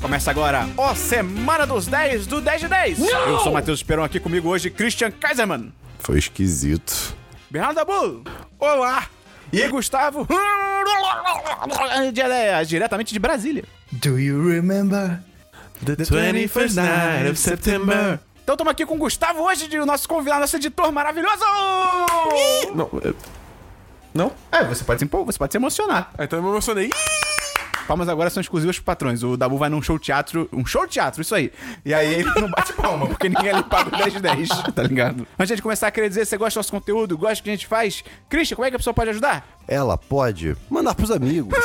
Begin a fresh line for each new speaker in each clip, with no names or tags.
Começa agora ó Semana dos 10 do 10 de 10. Eu sou o Matheus Esperon, aqui comigo hoje Christian Kaiserman,
Foi esquisito.
Bernardo Dabu. Olá. E Gustavo Hum, de Aleias, diretamente de Brasília.
Do you remember?
The 21st night of September.
Então estamos aqui com o Gustavo hoje, de o nosso convidado, nosso editor maravilhoso.
Não, eu- não?
É, você pode se empol- você pode se emocionar.
Ah, então eu me emocionei. Ih,
Palmas agora são exclusivas para patrões. O Dabu vai num show teatro, um show teatro, isso aí. E aí ele não bate palma, porque ninguém é ali paga o 10 de 10, tá ligado? Antes de começar, queria dizer, você gosta do nosso conteúdo, gosta do que a gente faz? Christian, como é que a pessoa pode ajudar?
Ela pode mandar pros amigos.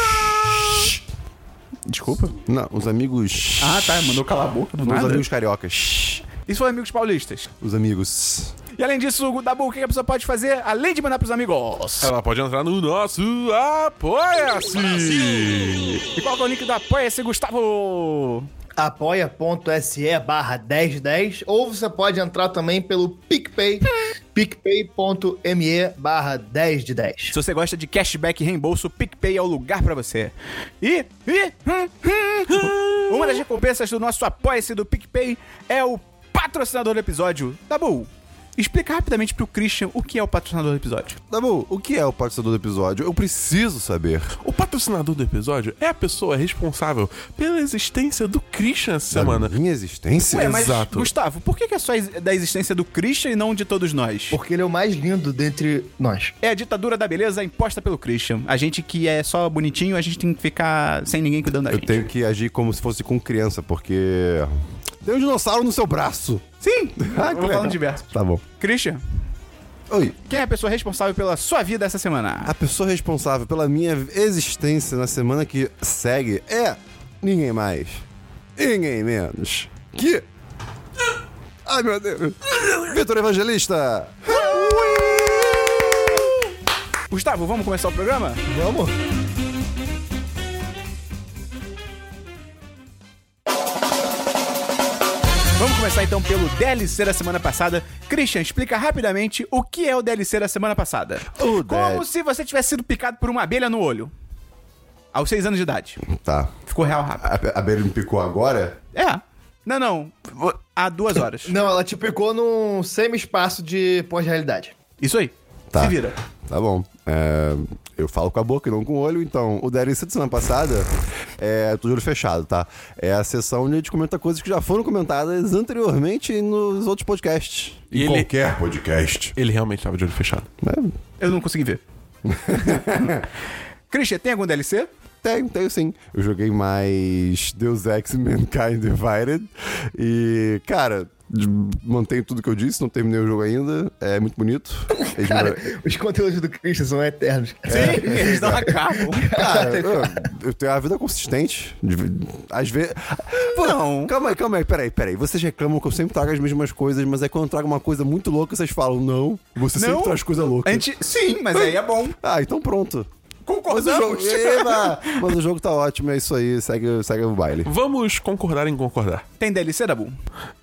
Desculpa.
Não, os amigos.
Ah, tá, mandou calar a boca do
Os
nada.
amigos cariocas.
Isso foi amigos paulistas.
Os amigos.
E além disso, o Dabu, o que a pessoa pode fazer, além de mandar pros amigos?
Ela pode entrar no nosso Apoia-se!
E qual que é o link do Apoia-se, Gustavo?
apoia.se barra 1010 ou você pode entrar também pelo PicPay, picpay.me barra 10 de 10.
Se você gosta de cashback e reembolso, o PicPay é o lugar pra você. E, e hum, hum, uma das recompensas do nosso apoia-se do PicPay é o patrocinador do episódio. Dabu, explica rapidamente pro Christian o que é o patrocinador do episódio.
Dabu, o que é o patrocinador do episódio? Eu preciso saber.
O patrocinador do episódio é a pessoa responsável pela existência do Christian essa semana.
Da minha existência?
Ué, É, mas,
Exato.
Gustavo, por que que é só ex- da existência do Christian e não de todos nós?
Porque ele é o mais lindo dentre nós.
É a ditadura da beleza imposta pelo Christian. A gente que é só bonitinho, a gente tem que ficar sem ninguém cuidando da
Eu
gente.
tenho que agir como se fosse com criança, porque. Tem um dinossauro no seu braço.
Sim!
Ah,
Ah,
que
Vou
legal.
falando diverso.
Tá bom.
Christian,
Oi.
quem é a pessoa responsável pela sua vida essa semana?
A pessoa responsável pela minha existência na semana que segue é ninguém mais, ninguém menos que. Ai meu Deus! Vitor Evangelista!
Gustavo, vamos começar o programa?
Vamos?
Vamos começar então pelo DLC da semana passada. Christian, explica rapidamente o que é o DLC da semana passada. Como
O DLC.
se você tivesse sido picado por uma abelha no olho. Aos seis anos de idade.
Tá.
Ficou real rápido.
A, a Beri me picou agora?
É. Não, não. Há duas horas.
Não, ela te picou num semi-espaço de pós-realidade.
Isso aí.
Tá.
Se vira.
Tá bom. É, eu falo com a boca e não com o olho, então. O DLC da semana passada é tudo de olho fechado, tá? É a sessão onde a gente comenta coisas que já foram comentadas anteriormente nos outros podcasts.
E ele-
qualquer podcast.
Ele realmente tava de olho fechado.
É,
Eu não consegui ver. Christian, tem algum DLC?
Tenho, tenho sim. Eu joguei mais Deus Ex Mankind Divided. E, cara, d- mantenho tudo que eu disse, não terminei o jogo ainda. É muito bonito. Eles
Cara,
melhor-
os conteúdos do Christian são eternos.
Sim, eles não acabam.
Cara, eu, eu tenho uma vida consistente. De- Às vezes.
Não.
Calma aí, calma aí, peraí, peraí. Vocês reclamam que eu sempre trago as mesmas coisas, mas é quando eu trago uma coisa muito louca, vocês falam, não, você sempre traz coisa louca.
A gente- Sim, mas aí é bom.
Ah, então pronto. Mas o, jogo,
Concordamos.
Eba! mas o jogo tá ótimo, é isso aí, segue, segue o baile.
Vamos concordar em concordar.
Tem DLC, Dabu?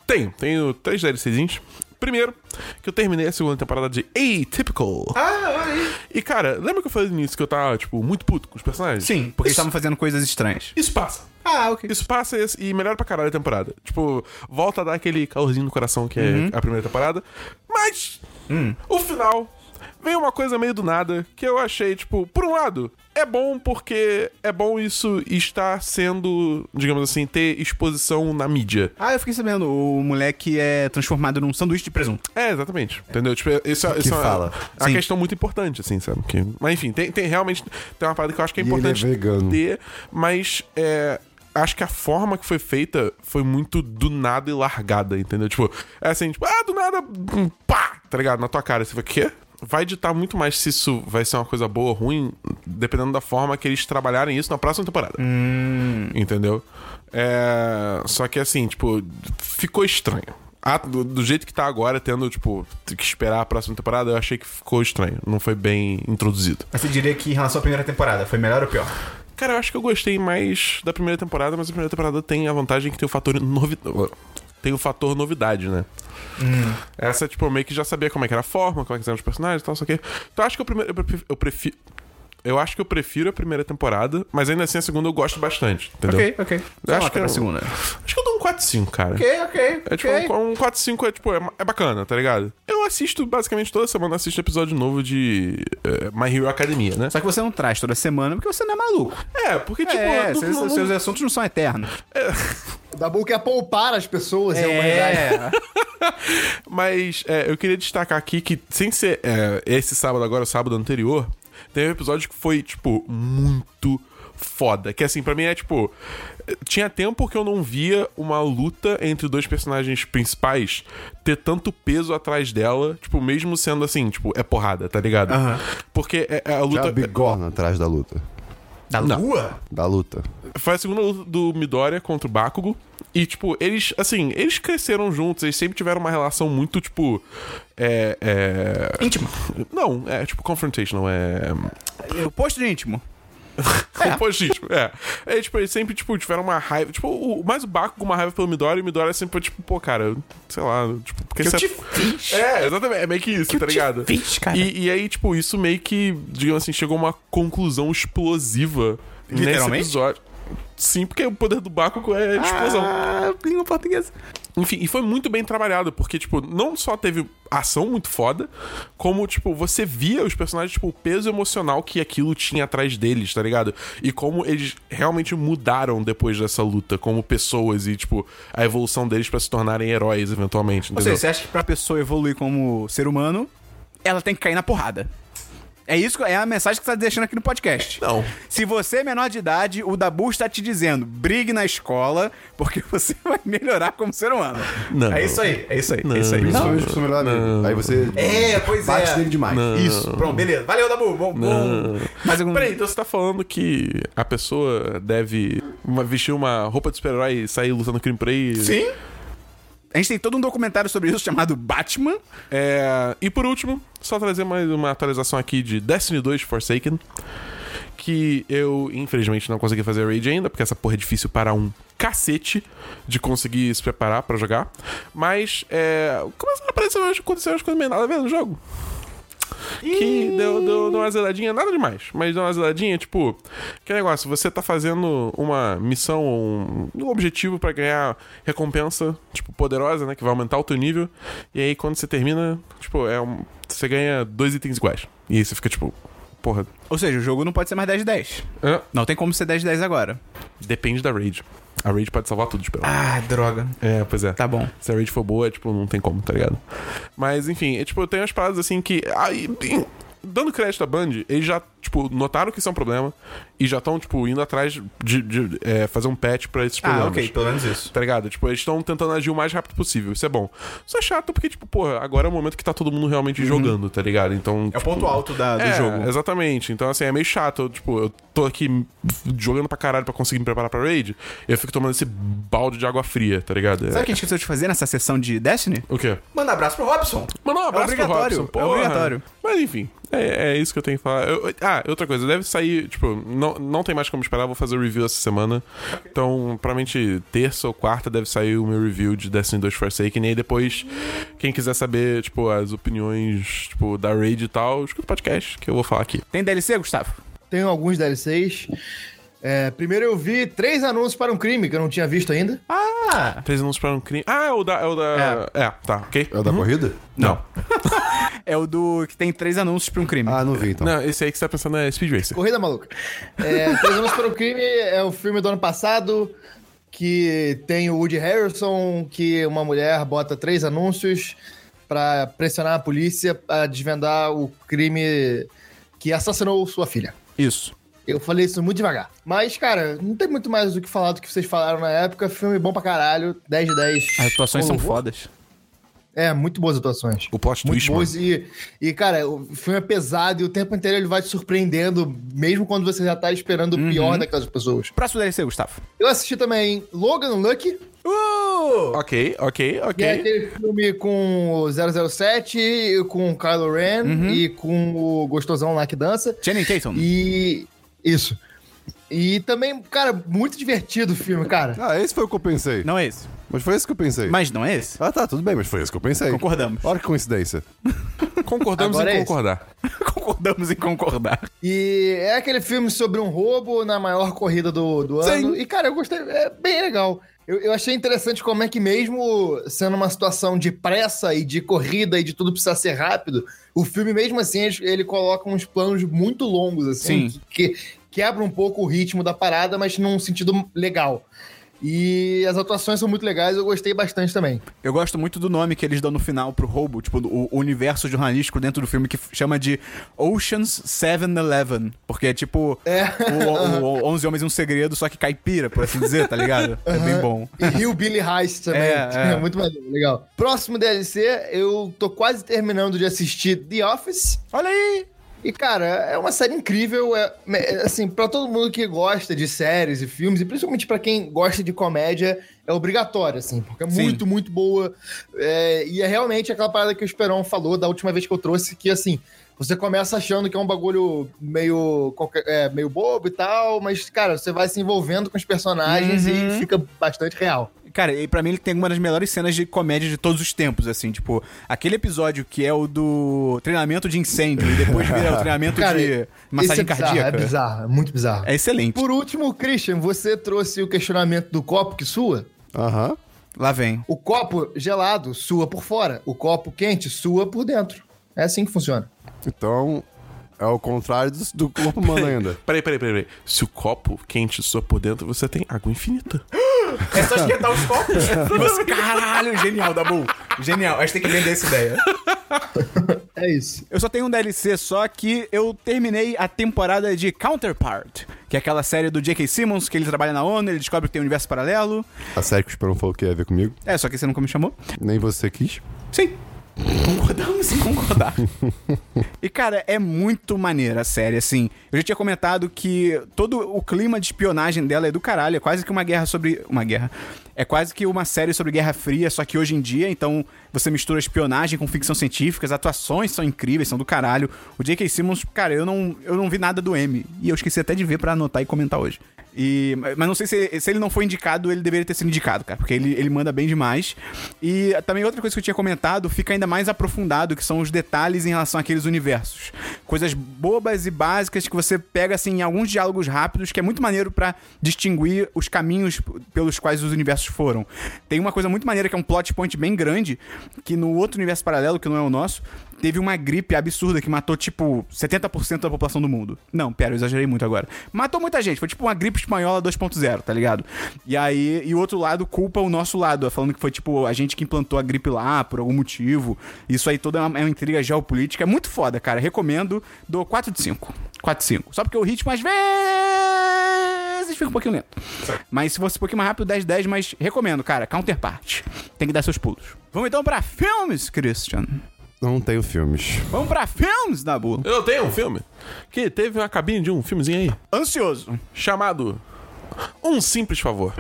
Tenho, tenho três DLCzinhos. Primeiro, que eu terminei a segunda temporada de Atypical.
Ah,
E cara, lembra que eu falei nisso que eu tava, tipo, muito puto com os personagens?
Sim, porque eles estavam fazendo coisas estranhas.
Isso passa.
Ah, ok.
Isso passa e- e melhora pra caralho a temporada. Tipo, volta a dar aquele calorzinho no coração que é a primeira temporada. Mas, o final veio uma coisa meio do nada que eu achei, tipo, por um lado, é bom porque é bom isso estar sendo, digamos assim, ter exposição na mídia.
Ah, eu fiquei sabendo. O moleque é transformado num sanduíche de presunto.
É, exatamente. Entendeu? Tipo, isso, é- isso é uma,
fala.
é uma
Sim.
questão muito importante, assim, sabe? Que, mas enfim, tem, tem realmente tem uma parada que eu acho que é
E ele é
importante
vegano.
ter, mas é, acho que a forma que foi feita foi muito do nada e largada, entendeu? Tipo, é assim, tipo, ah, do nada, bum, pá, tá ligado? Na tua cara. Você vai, quê? Vai ditar muito mais se isso vai ser uma coisa boa ou ruim, dependendo da forma que eles trabalharem isso na próxima temporada. Entendeu? É, Só que assim, tipo, ficou estranho. Ah, do, do jeito que tá agora, tendo, tipo, que esperar a próxima temporada, eu achei que ficou estranho. Não foi bem introduzido.
Mas você diria que em relação à primeira temporada, foi melhor ou pior?
Cara, eu acho que eu gostei mais da primeira temporada, mas a primeira temporada tem a vantagem que tem o fator novidade. Tem o fator novidade, né?
Hum.
Essa, tipo, eu meio que já sabia como é que era a forma, como é que eram os personagens e tal, só que. Então eu acho que eu primeiro. Eu prefiro. Eu acho que eu prefiro a primeira temporada, mas ainda assim a segunda eu gosto bastante, entendeu?
Ok, ok. Sei lá,
acho
tá
que
pra
eu-
segunda.
Acho que eu dou um 4-5, cara.
Ok, ok.
É tipo,
ok.
um, um 4-5 é tipo, é, ma- é bacana, tá ligado? Eu assisto basicamente toda semana, eu assisto episódio novo de eh, My Hero Academia, né?
Só que você não traz toda semana porque você não é maluco.
É, porque tipo.
é,
não-
seus,
não-
seus assuntos não são eternos.
O Dabu quer poupar as pessoas, é, uma verdade.
É,
Mas é, eu queria destacar aqui que, sem ser é, esse sábado agora, o sábado anterior, teve um episódio que foi, tipo, muito foda. Que assim, pra mim é tipo. Tinha tempo que eu não via uma luta entre dois personagens principais ter tanto peso atrás dela, tipo, mesmo sendo assim, tipo, é porrada, tá ligado? Porque é- é a
Já
luta.
a bigorna atrás da luta.
Da lua?
Da luta.
Foi a segunda luta do Midoriya contra o Bakugo. E, tipo, eles, assim, eles cresceram juntos, eles sempre tiveram uma relação muito, tipo. É. é...
Íntimo.
Não, é tipo confrontational, é.
O posto de íntimo.
É. Compostíssimo, é. É, tipo, eles sempre, tipo, tiveram uma raiva. Tipo, o, mais o Baco com uma raiva pelo Midori, e o Midori sempre foi, tipo, pô, cara, sei lá, tipo, porque
Que eu te
você.
fiz.
É, exatamente, é meio que isso, tá
eu te
ligado?
fiz, cara.
E, e aí, tipo, isso meio que, digamos assim, chegou a uma conclusão explosiva nesse
Literalmente?
episódio. Sim, porque o poder do Baco é explosão.
Ah, língua portuguesa.
Enfim, e foi muito bem trabalhado, porque, tipo, não só teve ação muito foda, como, tipo, você via os personagens, tipo, o peso emocional que aquilo tinha atrás deles, tá ligado? E como eles realmente mudaram depois dessa luta, como pessoas e, tipo, a evolução deles pra se tornarem heróis, eventualmente,
Ou seja,
entendeu?
você é acha que pra pessoa evoluir como ser humano, ela tem que cair na porrada. É isso que é a mensagem que você tá deixando aqui no podcast.
Não.
Se você é menor de idade, o Dabu está te dizendo: brigue na escola, porque você vai melhorar como ser humano.
Não.
É isso aí, é isso aí, é isso aí.
Principalmente pro seu melhor amigo. Aí você
É, pois
bate
é.
nele demais.
Isso, pronto, beleza. Valeu, Dabu. Bom, bom. Mais algum.
Peraí, então você tá falando que a pessoa deve uma- vestir uma roupa de super-herói e sair lutando crime por aí?
Sim. A gente tem todo um documentário sobre isso chamado Batman.
É, e por último, só trazer mais uma atualização aqui de Destiny 2 Forsaken. Que eu, infelizmente, não consegui fazer raid ainda, porque essa porra é difícil para um cacete de conseguir se preparar pra jogar. Mas, é. Começaram a aparecer umas, aconteceram umas coisas meio nada a ver no jogo. Que deu, deu, deu uma zeladinha, nada demais, mas deu uma zeladinha, tipo, que negócio, você tá fazendo uma missão, um, um objetivo pra ganhar recompensa, tipo, poderosa, né, que vai aumentar o teu nível, e aí quando você termina, tipo, é um, você ganha dois itens iguais, e aí você fica tipo, porra,
Ou seja, o jogo não pode ser mais 10 de 10.
hã?
Não tem como ser 10 de 10 agora.
depende da raid, a raid pode salvar tudo, tipo,
Ah, droga.
é, pois é.
Tá bom.
Se a raid for boa, é, tipo, não tem como, tá ligado? Mas, enfim, é, tipo, eu tenho umas paradas assim que. Aí, bem, dando crédito à Band, eles já, tipo, notaram que isso é um problema e já estão, tipo, indo atrás de, de, é, fazer um patch pra
Ah,
esses problemas.
pelo menos isso.
Tá ligado? Tipo, eles estão tentando agir o mais rápido possível. Isso é bom. Isso é chato porque, tipo, porra, agora é o momento que tá todo mundo realmente jogando, tá ligado? Então.
Uhum. É o ponto alto da- do
é,
jogo.
Exatamente. Então, assim, é meio chato. Eu, Tipo, eu tô aqui jogando pra caralho pra conseguir me preparar pra raid. E eu fico tomando esse balde de água fria, tá ligado? É-
Sabe o que a gente esqueceu de fazer nessa sessão de Destiny?
O quê?
Manda abraço pro Robson.
Mandar um abraço pro
obrigatório,
Robson,
é
porra.
obrigatório.
Mas enfim, é, é isso que eu tenho que falar. Eu- eu- ah, outra coisa, deve sair, tipo, não, não tem mais como esperar, vou fazer o review essa semana. Então, provavelmente terça ou quarta deve sair o meu review de Destiny 2 Forsaken. E aí depois, quem quiser saber, tipo, as opiniões, tipo, da raid e tal, escuta o podcast que eu vou falar aqui.
Tem DLC, Gustavo?
Tenho alguns DLCs. É, primeiro eu vi três anúncios para um crime que eu não tinha visto ainda.
Ah!
Três anúncios pra um crime. Ah, é o da. É, o da... é. tá, ok?
É o da
Uhum.
corrida?
Não.
É o do que tem três anúncios pra um crime.
Ah, não vi então.
Não, esse aí que você tá pensando é Speed Racer.
Corrida maluca. É, três anúncios para um crime é o filme do ano passado que tem o Woody Harrison, que uma mulher bota três anúncios para pressionar a polícia a desvendar o crime que assassinou sua filha.
Isso.
Eu falei isso muito devagar. Mas, cara, não tem muito mais do que falar do que vocês falaram na época. Filme bom pra caralho, 10 de 10.
As atuações
Com
são
louvor.
fodas.
É, muito boas atuações.
O plot
muito
twist,
boas. E, e, cara, o filme é pesado e o tempo inteiro ele vai te surpreendendo, mesmo quando você já tá esperando o pior daquelas pessoas.
Próximo DLC, Gustavo.
Eu assisti também Logan Lucky,
Uh!
Ok, ok,
que é
ok.
aquele filme com o 007, e com o Kylo Ren e com o gostosão lá que dança.
Channing Tatum.
E. Isso. E também, cara, muito divertido o filme, cara.
Ah, esse foi o que eu pensei.
Não é esse.
Mas foi esse que eu pensei.
Mas não é esse?
Ah, tá, tudo bem, mas foi esse que eu pensei.
Concordamos.
Olha que coincidência.
Concordamos
Agora
em
é esse.
concordar.
acordamos em concordar.
E é aquele filme sobre um roubo na maior corrida do, do ano. E, cara, eu gostei. É bem legal. Eu, eu achei interessante como é que, mesmo sendo uma situação de pressa e de corrida e de tudo precisar ser rápido, o filme, mesmo assim, ele, ele coloca uns planos muito longos, assim,
Sim.
que quebra um pouco o ritmo da parada, mas num sentido legal. E as atuações são muito legais, eu gostei bastante também.
Eu gosto muito do nome que eles dão no final pro roubo, tipo, o o universo jornalístico dentro do filme que f- chama de Oceans 7-Eleven. Porque é tipo o, o, o 11 Homens e um Segredo, só que caipira, por assim dizer, tá ligado? É bem bom.
E o Billy Heist também.
É, é.
É, muito maneiro, legal. Próximo DLC, eu tô quase terminando de assistir The Office.
Olha aí!
E, cara, é uma série incrível. É, é, assim, pra todo mundo que gosta de séries e filmes, e principalmente pra quem gosta de comédia, é obrigatório, assim, porque é
Sim.
muito, muito boa. É, e é realmente aquela parada que o Esperon falou da última vez que eu trouxe, que, assim, você começa achando que é um bagulho meio, qualquer- é, meio bobo e tal, mas, cara, você vai se envolvendo com os personagens
Uhum.
e fica bastante real.
Cara, e pra mim ele tem uma das melhores cenas de comédia de todos os tempos, assim, tipo, aquele episódio que é o do treinamento de incêndio e depois vira o treinamento
Cara,
Tipo de massagem
Isso é bizarro,
cardíaca.
É bizarro, é muito bizarro.
É excelente.
Por último, Christian, você trouxe o questionamento do copo que sua?
Aham.
Lá vem.
O copo gelado sua por fora, o copo quente sua por dentro. É assim que funciona.
Então, é o contrário do, do corpo humano ainda.
Peraí, peraí, peraí. peraí. Se o copo quente soa por dentro, você tem água infinita.
É só esquentar os copos. Você, caralho, genial, Dabu. Genial, a gente tem que vender essa ideia.
É isso.
Eu só tenho um DLC, só que eu terminei a temporada de Counterpart, que é aquela série do J.K. Simmons, que ele trabalha na ONU, ele descobre que tem um universo paralelo.
A série que o Esperão falou que ia ver comigo,
É, só que você nunca me chamou.
nem você quis.
Sim. Concordamos em concordar. e, cara, é muito maneira a série, assim. Eu já tinha comentado que todo o clima de espionagem dela é do caralho. É quase que uma guerra sobre. Uma guerra. É quase que uma série sobre Guerra Fria, só que hoje em dia, então, você mistura espionagem com ficção científica, as atuações são incríveis, são do caralho. O J.K. Simmons, cara, eu não, eu não vi nada do M. E eu esqueci até de ver pra anotar e comentar hoje. E, mas não sei se, se ele não foi indicado, ele deveria ter sido indicado, cara, porque ele, ele manda bem demais. E também outra coisa que eu tinha comentado fica ainda mais aprofundado, que são os detalhes em relação àqueles universos. Coisas bobas e básicas que você pega, assim, em alguns diálogos rápidos, que é muito maneiro pra distinguir os caminhos p- pelos quais os universos foram. Tem uma coisa muito maneira que é um plot point bem grande, que no outro universo paralelo, que não é o nosso, teve uma gripe absurda que matou, tipo, 70% da população do mundo. Não, pera, eu exagerei muito agora. Matou muita gente, foi tipo uma gripe espanhola 2.0, tá ligado? E aí, e o outro lado culpa o nosso lado, falando que foi, tipo, a gente que implantou a gripe lá por algum motivo. Isso aí toda é uma, é uma intriga geopolítica. É muito foda, cara. Recomendo. Dou 4 de 5. 4 de 5. Só porque o ritmo às vezes fica um pouquinho lento. Mas se fosse um pouquinho mais rápido, 10 10, mas recomendo, cara. Counterpart. Tem que dar seus pulos. Vamos então pra filmes, Christian.
Não tenho filmes.
Vamos pra filmes, Dabu.
Eu tenho um filme que teve uma cabine de um filmezinho aí,
Ansioso.
chamado Um Simples Favor.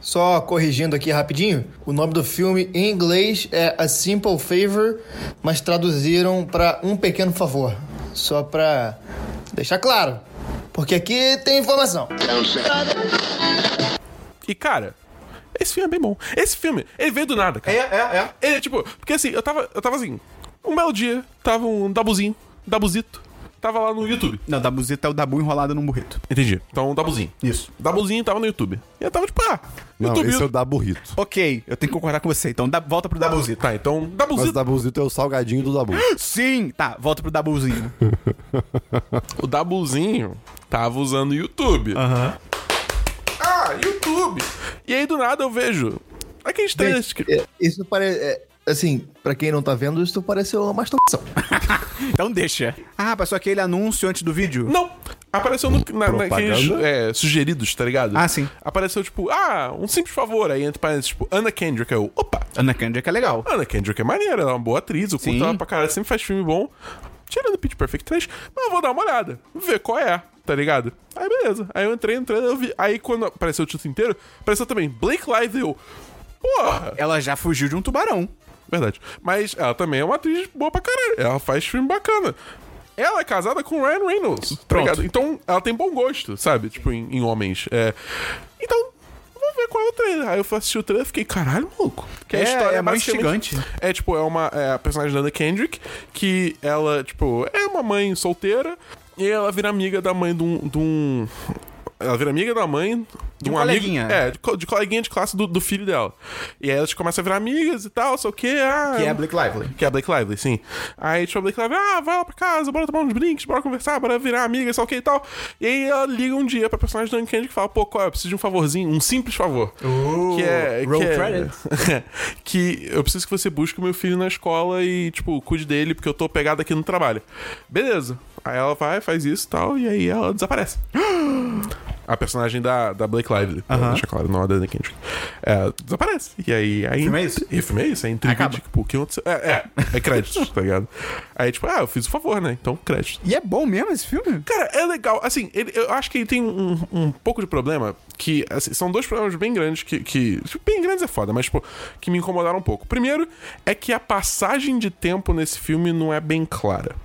Só corrigindo aqui rapidinho, o nome do filme em inglês é A Simple Favor, mas traduziram pra Um Pequeno Favor. Só pra deixar claro, porque aqui tem informação.
E, cara, esse filme é bem bom. Esse filme, ele veio do nada, cara.
é, é.
Ele, tipo, porque assim, eu tava, eu tava assim, um belo dia, tava um dabuzinho, dabuzito, tava lá no YouTube.
Não, Dabuzita é o Dabu enrolado num burrito.
Entendi. Então, um dabuzinho.
Isso.
Dabuzinho tava no YouTube. E eu tava tipo, ah,
Não,
YouTube.
esse é o da burrito.
Ok, eu tenho que concordar com você. Então, da- volta pro Dabuzita.
Tá, então,
Mas
dabuzito.
o da burrito é o salgadinho do Dabu.
Sim! Tá, volta pro Dabuzinho.
O Dabuzinho tava usando o YouTube. Aham. Ah, YouTube! E aí, do nada, eu vejo aqueles trailers que...
É, Isso parece. assim, pra quem não tá vendo, isso pareceu uma masturbação.
então deixa. Ah, passou aquele anúncio antes do vídeo?
Não! Apareceu no, na,
Propaganda?
naqueles é, sugeridos, tá ligado?
Ah, sim.
Apareceu, tipo, ah, um simples favor. Aí, entre parênteses, tipo, Anna Kendrick. Eu, opa,
Ana Kendrick é legal.
Anna Kendrick é maneira, ela é uma boa atriz, eu
Sim.
curto ela pra caralho, sempre faz filme bom. Tirando Pitch Perfect 3, mas eu vou dar uma olhada, ver qual é, tá ligado? Aí beleza, aí eu entrei, entrei, eu vi. Aí quando apareceu o título inteiro, apareceu também Blake Lively, eu... Porra!
Ela já fugiu de um tubarão.
Verdade. Mas ela também é uma atriz boa pra caralho. Ela faz filme bacana. Ela é casada com o Ryan Reynolds. Tá
Pronto.
ligado? Então ela tem bom gosto, sabe? Tipo, em, em homens. É... Então, vamos ver qual é o trailer. Aí eu fui assistir o trailer e fiquei, caralho, maluco. Que
É, é mais
basicamente-
instigante.
É, tipo, é uma é a personagem da Anna Kendrick, que ela, tipo, é uma mãe solteira e ela vira amiga da mãe de um... De um ela vira amiga da mãe de
um
um, amigo...
coleguinha.
É, de, co- de coleguinha de classe do, do filho dela. E aí elas começam a virar amigas e tal, sei o quê. Ah,
Que é a Blake Lively.
que é a Blake Lively, sim. Aí, tipo, a Blake Lively, ah, vai lá pra casa, bora tomar uns drinks, bora conversar, bora virar amiga, sei lá o que e tal. E aí ela liga um dia pra personagem do Anne Candy que fala, pô, qual é? eu preciso de um favorzinho, um simples favor. que é...
roll
que, é
credits.
que eu preciso que você busque o meu filho na escola e, tipo, cuide dele, porque eu tô pegada aqui no trabalho. Beleza. Aí ela vai, faz isso e tal, e aí ela desaparece. A personagem da, da Blake Lively. Deixa claro, não a da Anne Kendrick. É, desaparece. E aí... aí
Filme é isso?
E o filme é isso, é intriga
Acaba.
de, tipo, o que aconteceu. É, é, é créditos, tá ligado? Aí, tipo, ah, eu fiz o favor, né? Então, crédito.
E é bom mesmo esse filme?
Cara, é legal. Assim, ele- eu acho que ele tem um, um pouco de problema que... assim, são dois problemas bem grandes que... que tipo, bem grandes é foda, mas, tipo, que me incomodaram um pouco. Primeiro é que a passagem de tempo nesse filme não é bem clara.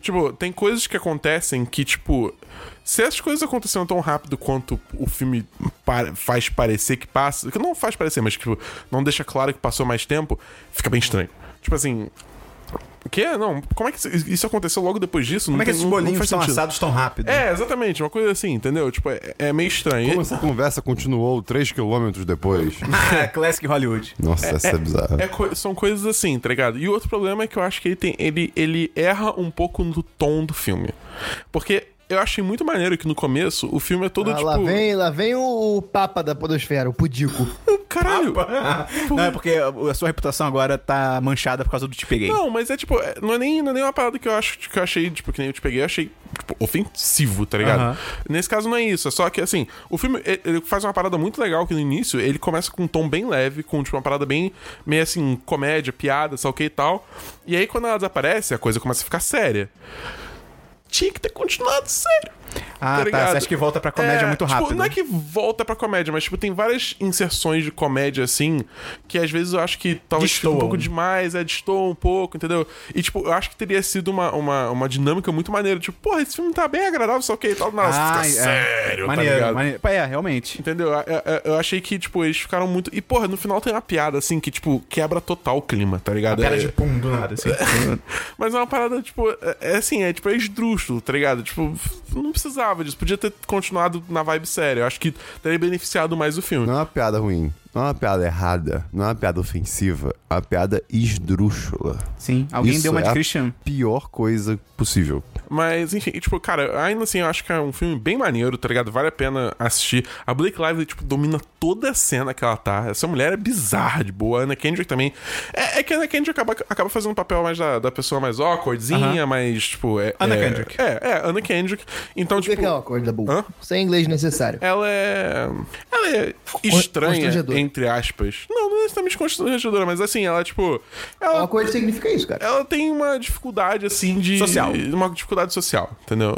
Tipo, tem coisas que acontecem que, tipo... Se as coisas aconteceram tão rápido quanto o filme para- faz parecer que passa... Que não faz parecer, mas, tipo, não deixa claro que passou mais tempo, fica bem estranho. Tipo assim... O quê? Não, como é que isso- isso aconteceu logo depois disso?
Como é que esses bolinhos estão assados tão rápido?
É, exatamente, uma coisa assim, entendeu? Tipo, é, é meio estranho.
Como essa conversa continuou 3 km depois?
Ah, Classic Hollywood.
Nossa, essa é, bizarra.
É co- são coisas assim, tá ligado? E outro problema é que eu acho que ele tem. Ele, ele erra um pouco no tom do filme. Porque eu achei muito maneiro que no começo o filme é todo
Ah,
tipo.
lá, vem, lá vem o, o papa da podosfera, o pudico.
Caralho!
Não, é porque a sua reputação agora tá manchada por causa do Te Peguei.
Não, mas é tipo, é- não é nem, não é nem uma parada que eu acho que eu achei, tipo, que nem eu te peguei, eu achei tipo, ofensivo, tá ligado?
Aham.
Nesse caso não é isso, é só que assim, o filme ele- ele faz uma parada muito legal que no início ele começa com um tom bem leve, com tipo uma parada bem meio assim, comédia, piada, sei o que e tal. E aí quando ela desaparece, a coisa começa a ficar séria. Tinha que ter continuado sério.
Ah, tá.
ligado?
Você acha que volta pra comédia
É,
muito
tipo,
rápido?
não é que volta pra comédia, mas, tipo, tem várias inserções de comédia, assim, que às vezes eu acho que talvez fique um
Destoam.
pouco demais, é, destoa um pouco, entendeu? E, tipo, eu acho que teria sido uma, uma, uma dinâmica muito maneira. Tipo, porra, esse filme tá bem agradável, só que e tal. Nossa,
Ah,
fica
é.
sério, tá
Maneiro,
ligado?
maneiro. É, realmente.
Entendeu? Eu, eu- eu achei que, tipo, eles ficaram muito. E, porra, no final tem uma piada, assim, que, tipo, quebra total o clima, tá ligado?
Cara
É-
de pum, do nada, assim.
mas é uma parada, tipo, é, é assim, é tipo, é esdrúxulo, tá ligado? Tipo, não precisava disso. Podia ter continuado na vibe séria. Eu acho que teria beneficiado mais o filme.
Não é uma piada ruim, não é uma piada errada, não é uma piada ofensiva, é uma piada esdrúxula.
Sim, alguém
Isso
deu uma
é
de
a
Christian.
Pior coisa possível.
Mas, enfim, e, tipo, cara, ainda assim, eu acho que é um filme bem maneiro, tá ligado? Vale a pena assistir. A Blake Lively, tipo, domina toda a cena que ela tá. Essa mulher é bizarra de boa. A Anna Kendrick também. É, é que a Anna Kendrick acaba, acaba fazendo um papel mais da, da pessoa mais awkwardzinha, mais, tipo... É,
Anna
é-
Kendrick.
É, é, Anna Kendrick. Então,
O que
tipo...
que é uma coisa boa?
Hã?
Sem inglês necessário.
Ela é. Ela é estranha,
constrangedora.
entre aspas. Não, não é exatamente constrangedora, mas assim, ela, tipo.
Uma
Ela,
coisa que significa isso, cara.
ela tem uma dificuldade, assim, de.
Social.
Uma dificuldade social, entendeu?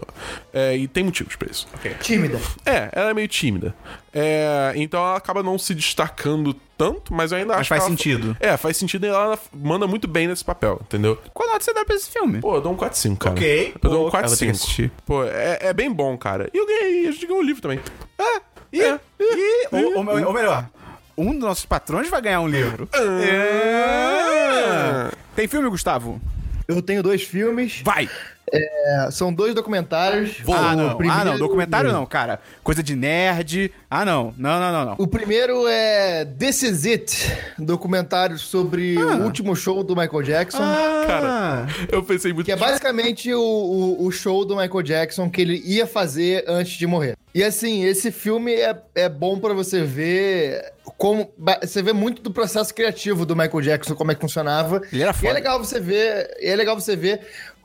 É, e tem motivos pra isso.
Tímida.
É, ela é meio tímida. É, então ela acaba não se destacando tanto, mas eu ainda acho
faz
que. ela-
sentido.
É, faz sentido e ela manda muito bem nesse papel, entendeu?
Qual nota você dá pra esse filme?
Pô, eu dou um 4-5, cara.
Ok.
Eu dou um
Pô, eu vou ter que
4-5.
assistir.
Pô, é, é bem bom, cara. E eu ganhei, a gente ganhou o livro também. Ah,
E,
é.
e- ou, ou- ou melhor, um dos nossos patrões vai ganhar um livro. É. Tem filme, Gustavo?
Eu tenho dois filmes.
Vai!
é, são dois documentários.
ah,
O
não. Ah, não.
primeiro-
Documentário não, cara. Coisa de nerd. Ah, não. Não, não, não, não.
O primeiro é This Is It, documentário sobre
Ah.
o último show do Michael Jackson.
cara.
Eu pensei muito
Que é basicamente o, o, o show do Michael Jackson que ele ia fazer antes de morrer. E assim, esse filme é, é bom pra você ver como. ba- Você vê muito do processo criativo do Michael Jackson, como é que funcionava.
Ele era
E é
foda.
legal você ver. e é legal você ver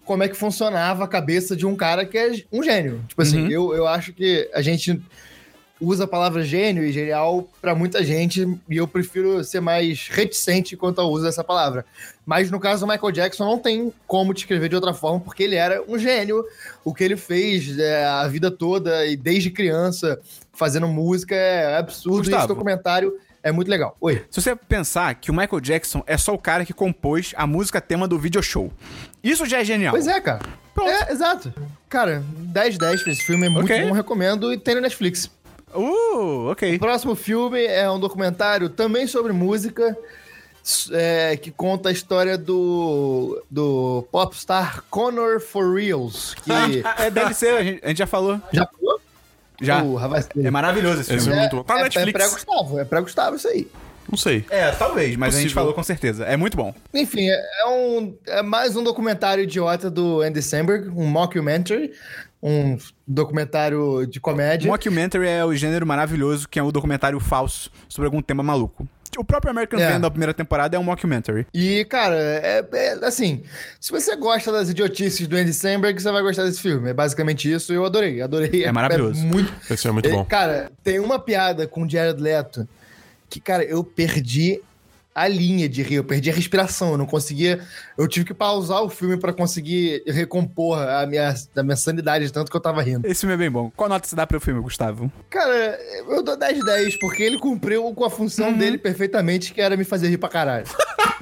como é que funcionava a cabeça de um cara que é um gênio. Tipo assim,
Uhum.
eu, eu acho que a gente usa a palavra gênio e genial pra muita gente e eu prefiro ser mais reticente quanto ao uso dessa palavra. Mas no caso do Michael Jackson não tem como descrever de outra forma porque ele era um gênio. O que ele fez é, a vida toda e desde criança fazendo música é absurdo e esse
Gustavo.
documentário é muito legal. Oi.
Se você pensar que o Michael Jackson é só o cara que compôs a música tema do video show. Isso já é genial.
Pois é, cara.
Pronto.
É, exato. Cara, 10 10 pra esse filme é muito
Ok.
bom, recomendo e tem no Netflix.
Uh, ok.
O próximo filme é um documentário também sobre música, s- é, que conta a história do, do popstar Connor For Reals. Que
É, deve ser, a gente, a gente já falou.
já falou?
Já.
Porra, vai ser.
É maravilhoso esse
Esse é
filme.
muito bom. Tá na
é, é
Netflix.
pré-Gustavo, é pré-Gustavo isso aí.
Não sei.
É, talvez, mas a gente
Possível.
falou com certeza. É muito bom.
Enfim, é, é um, é mais um documentário idiota do Andy Samberg, um mockumentary, um documentário de comédia.
Mockumentary é o gênero maravilhoso que é o documentário falso sobre algum tema maluco. O próprio American
É.
Vandal da primeira temporada é um mockumentary.
E, cara, é, é- assim, se você gosta das idiotices do Andy Samberg, você vai gostar desse filme. É basicamente isso, eu adorei, adorei.
É maravilhoso.
muito
Esse é muito bom.
E, Cara, tem uma piada com o Jared Leto que, cara, eu perdi a linha de rir, eu perdi a respiração, eu não conseguia. Eu tive que pausar o filme pra conseguir recompor a minha, a minha sanidade, de tanto que eu tava rindo.
Esse filme é bem bom. Qual nota você dá pro filme, Gustavo?
Cara, eu dou 10 de 10, porque ele cumpriu com a função
Uhum.
dele perfeitamente, que era me fazer rir pra caralho.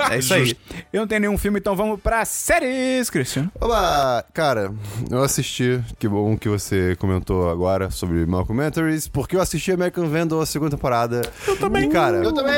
É isso aí. Eu não tenho nenhum filme, então vamos pra séries, Christian.
Oba! Cara, eu assisti, que bom que você comentou agora sobre Malcolmentaries, porque eu assisti American Vandal a segunda temporada. Eu também, cara.
eu também!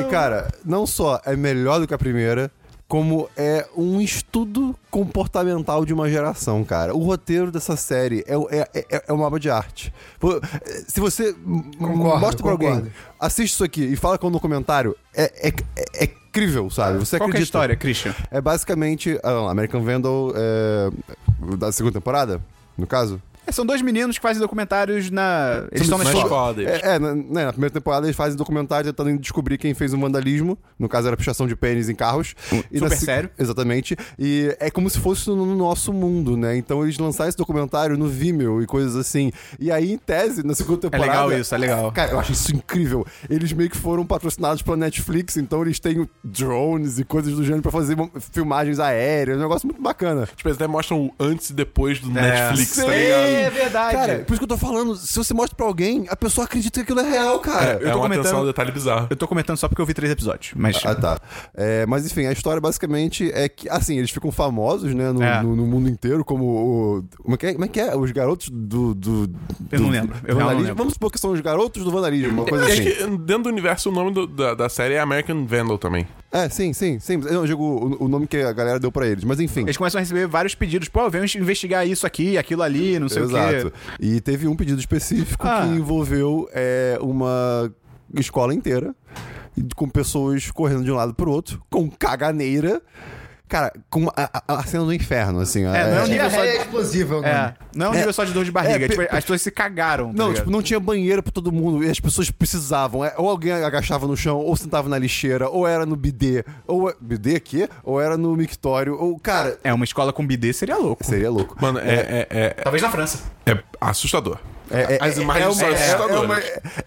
E, cara, não só é melhor do que a primeira, como é um estudo comportamental de uma geração, cara. O roteiro dessa série é, é, é, é uma obra de arte. Pô, Se você m-
Concordo,
mostra pra
concordo.
alguém, assiste isso aqui e fala com no comentário, é, é, é, é incrível, sabe? Você
Qual que é a
acredita.
história, Christian?
É basicamente ah, American Vandal é, da segunda temporada, no caso.
É, São dois meninos que fazem documentários na. Eles estão na
na
escola.
escola deles.
É, é, na, né, na primeira temporada eles fazem documentário tentando descobrir quem fez o vandalismo. No caso, era pichação de pênis em carros. E na
Hum, super
se-
sério.
Exatamente. E é como se fosse no, no nosso mundo, né? Então eles lançaram esse documentário no Vimeo e coisas assim. E aí, em tese, na segunda
É
temporada.
legal isso, é legal.
Cara, eu acho isso incrível. Eles meio que foram patrocinados pela Netflix, então eles têm drones e coisas do gênero pra fazer mo- filmagens aéreas, um negócio muito bacana.
Tipo, eles até mostram o antes e depois do Netflix, tá ligado?
É verdade.
Cara, por isso que eu tô falando, se você mostra pra alguém, a pessoa acredita que aquilo é real, cara.
eu
é
tô
uma
comentando-
atenção ao detalhe bizarro.
eu tô comentando só porque eu vi três episódios, mas.
Ah, tá. É, mas enfim, a história basicamente é que, assim, eles ficam famosos, né, no,
É.
no- no mundo inteiro, como o. Como é que é? Como é, que é? Os garotos do. do,
Eu não
do
lembro. Eu
vandalismo.
não lembro.
Vamos supor que são os garotos do vandalismo, uma coisa
Acho
assim.
É que dentro do universo o nome do- da, da série é American Vandal também.
É, sim, sim, sim. Eu não digo o, o nome que a galera deu pra eles, mas enfim.
Eles começam a receber vários pedidos. Pô, vem investigar isso aqui, aquilo ali, não sei o
Exato.
quê.
E teve um pedido específico
Ah.
que envolveu é, uma escola inteira, com pessoas correndo de um lado pro outro, com caganeira. Cara, com a, a- a cena do inferno, assim.
É, não é um nível só.
é explosiva,
É,
né?
não é um nível só de dor de barriga.
É,
tipo,
pe-
as pessoas se cagaram. tá
Não,
ligado?
tipo, não tinha banheiro pra todo mundo e as pessoas precisavam. É, Ou alguém agachava no chão, ou sentava na lixeira, ou era no bidê, ou é- bidê aqui, ou era no mictório, ou cara,
É, uma escola com bidê seria louco.
seria louco.
Mano, é, é, é,
Talvez na França.
é assustador.
É, é,
As
é-
imagens
é
são
uma- é-
assustadoras.
é uma-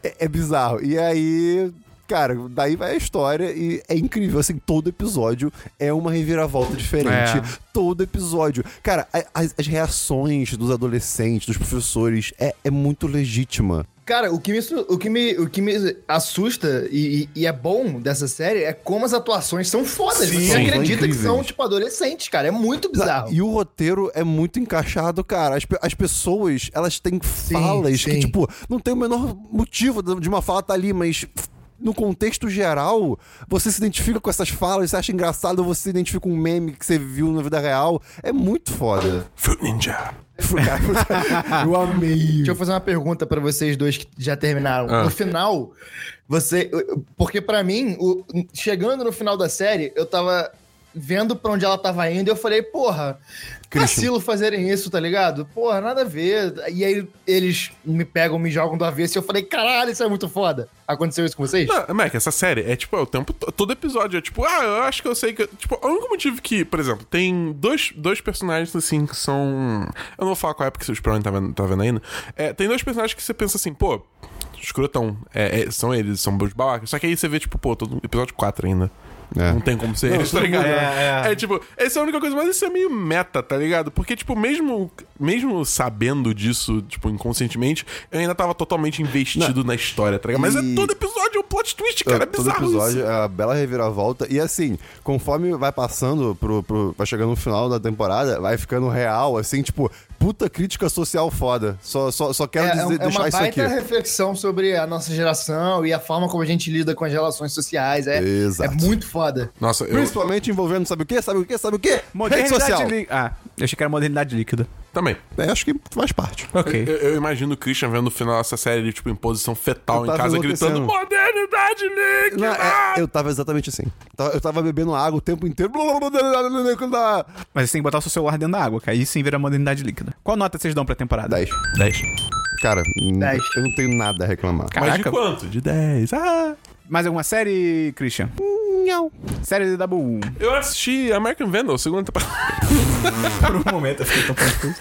é- é bizarro. E aí, cara, daí vai a história e é incrível. Assim, todo episódio é uma reviravolta diferente.
É.
Todo episódio. Cara, a- as, as reações dos adolescentes, dos professores, é, é muito legítima.
Cara, o que me, su- o que me, o que me assusta e, e- e é bom dessa série é como as atuações são fodas.
Sim,
Você
são
acredita que
incríveis.
são, tipo, adolescentes, cara. É muito bizarro.
E o roteiro é muito encaixado, cara. As, pe- as pessoas, elas têm falas que,
sim.
tipo, não tem o menor motivo de de uma fala estar ali, mas f- no contexto geral, você se identifica com essas falas, você acha engraçado, você se identifica com um meme que você viu na vida real. É muito foda.
Fruit Ninja.
Cara, Tipo, eu amei.
Deixa eu fazer uma pergunta pra vocês dois que já terminaram.
Ah.
No final, você. Porque pra mim, o- chegando no final da série, eu tava vendo pra onde ela tava indo e eu falei, porra, vacilo fazerem isso, tá ligado? Porra, nada a ver. E aí eles me pegam, me jogam do avesso e eu falei, caralho, isso é muito foda. Aconteceu isso com vocês?
Não, Mac, essa série é tipo, é o tempo. to- Todo episódio é tipo, ah, eu acho que eu sei que. Tipo, o único motivo que, por exemplo, tem dois, dois personagens assim que são. Eu não vou falar qual é porque o Sprown tá vendo, tá vendo ainda. É, tem dois personagens que você pensa assim, pô, escrotão. É, é, são eles, são os babacas. Só que aí você vê, tipo, pô, todo episódio 4 ainda.
É.
Não tem como ser eles, tá ligado?
é,
É, tipo, essa é a única coisa, mas isso é meio meta, tá ligado? Porque, tipo, mesmo, mesmo sabendo disso, tipo, inconscientemente, eu ainda tava totalmente investido na história, tá ligado? Mas
E-
é todo episódio um plot twist, cara. É
todo
bizarro
episódio
isso.
é a bela reviravolta. E assim, conforme vai passando, pro, pro- vai chegando no final da temporada, vai ficando real, assim, tipo, puta crítica social foda. Só, só, só quero
É, é, um-
dizer-
é
deixar
uma
isso aqui.
baita reflexão sobre a nossa geração e a forma como a gente lida com as relações sociais. É,
Exato.
é muito foda.
Nossa, eu
Principalmente envolvendo sabe o quê? Sabe o quê? Sabe o quê? Rede social.
Modernidade líquida. Ah, eu achei que era modernidade líquida.
também.
É, acho que faz parte.
Ok.
Eu, eu imagino o Christian vendo no final dessa série, ele, tipo, em posição fetal
Eu
em
tava
casa, gritando:
enlouquecendo.
Modernidade líquida!
Não, é, eu tava exatamente assim. Tava- Eu tava bebendo água o tempo inteiro.
Mas você tem que botar o seu celular dentro da água, que aí sim vira modernidade líquida. Qual nota vocês dão pra temporada?
10.
10.
Cara, n-
Dez.
eu não tenho nada a reclamar.
Mas
Caraca.
de quanto? De 10. Ah!
Mais alguma série, Christian?
Não.
Série um. de Dabu.
Eu assisti American Vandal, segunda temporada.
Por um momento eu fiquei tão confuso.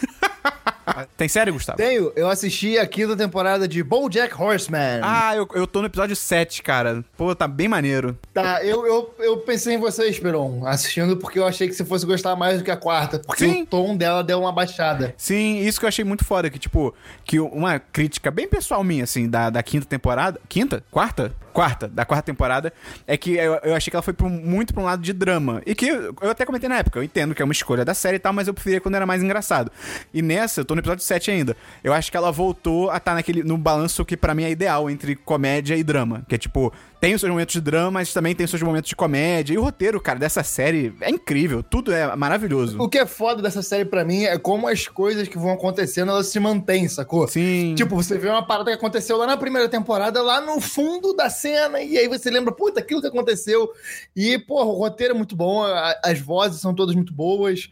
Tem série, Gustavo?
Tenho, eu assisti a quinta temporada de BoJack Horseman.
Ah, eu, eu tô no episódio 7, cara. Pô, tá bem maneiro.
Tá, eu, eu, eu pensei em você, Esperon, assistindo porque eu achei que você fosse gostar mais do que a quarta, porque
Sim.
o tom dela deu uma baixada.
Sim, isso que eu achei muito foda, que tipo, que uma crítica bem pessoal minha, assim, da, da quinta temporada, quinta? Quarta? Quarta, da quarta temporada, é que eu, eu achei que ela foi pra um- muito pra um lado de drama, e que eu eu até comentei na época, eu entendo que é uma escolha da série e tal, mas eu preferia quando era mais engraçado. E nessa, eu tô no episódio 7 ainda, eu acho que ela voltou a estar naquele, no balanço que pra mim é ideal entre comédia e drama, que é tipo, tem os seus momentos de drama, mas também tem os seus momentos de comédia, e o roteiro, cara, dessa série é incrível, tudo é maravilhoso.
O que é foda dessa série pra mim é como as coisas que vão acontecendo, elas se mantêm, sacou?
Sim.
Tipo, você vê uma parada que aconteceu lá na primeira temporada, lá no fundo da cena, e aí você lembra, puta, aquilo que aconteceu. E, porra, o roteiro é muito bom, a- as vozes são todas muito boas.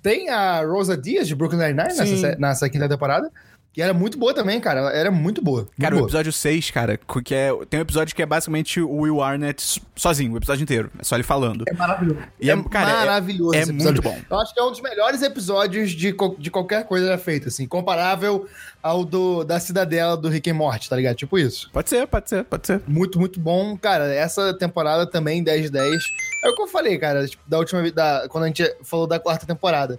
Tem a Rosa Dias de Brooklyn Nine-Nine nessa,
Sim.
sé- nessa quinta temporada, que era muito boa também, cara. Ela era muito boa. muito
Cara, o
boa.
episódio 6, cara, co- que é, tem um episódio que é basicamente o Will Arnett so- sozinho, o episódio inteiro. É só ele falando.
É maravilhoso.
E é- cara, é-
maravilhoso.
é
esse episódio.
muito bom.
Eu acho que é um dos melhores episódios de, co- de qualquer coisa já feita, assim. Comparável ao do, da Cidadela do Rick and Morty, tá ligado? Tipo isso.
Pode ser, pode ser, pode ser.
Muito, muito bom. Cara, essa temporada também, 10 de 10. É o que eu falei, cara, tipo, da última vez, da, quando a gente falou da quarta temporada.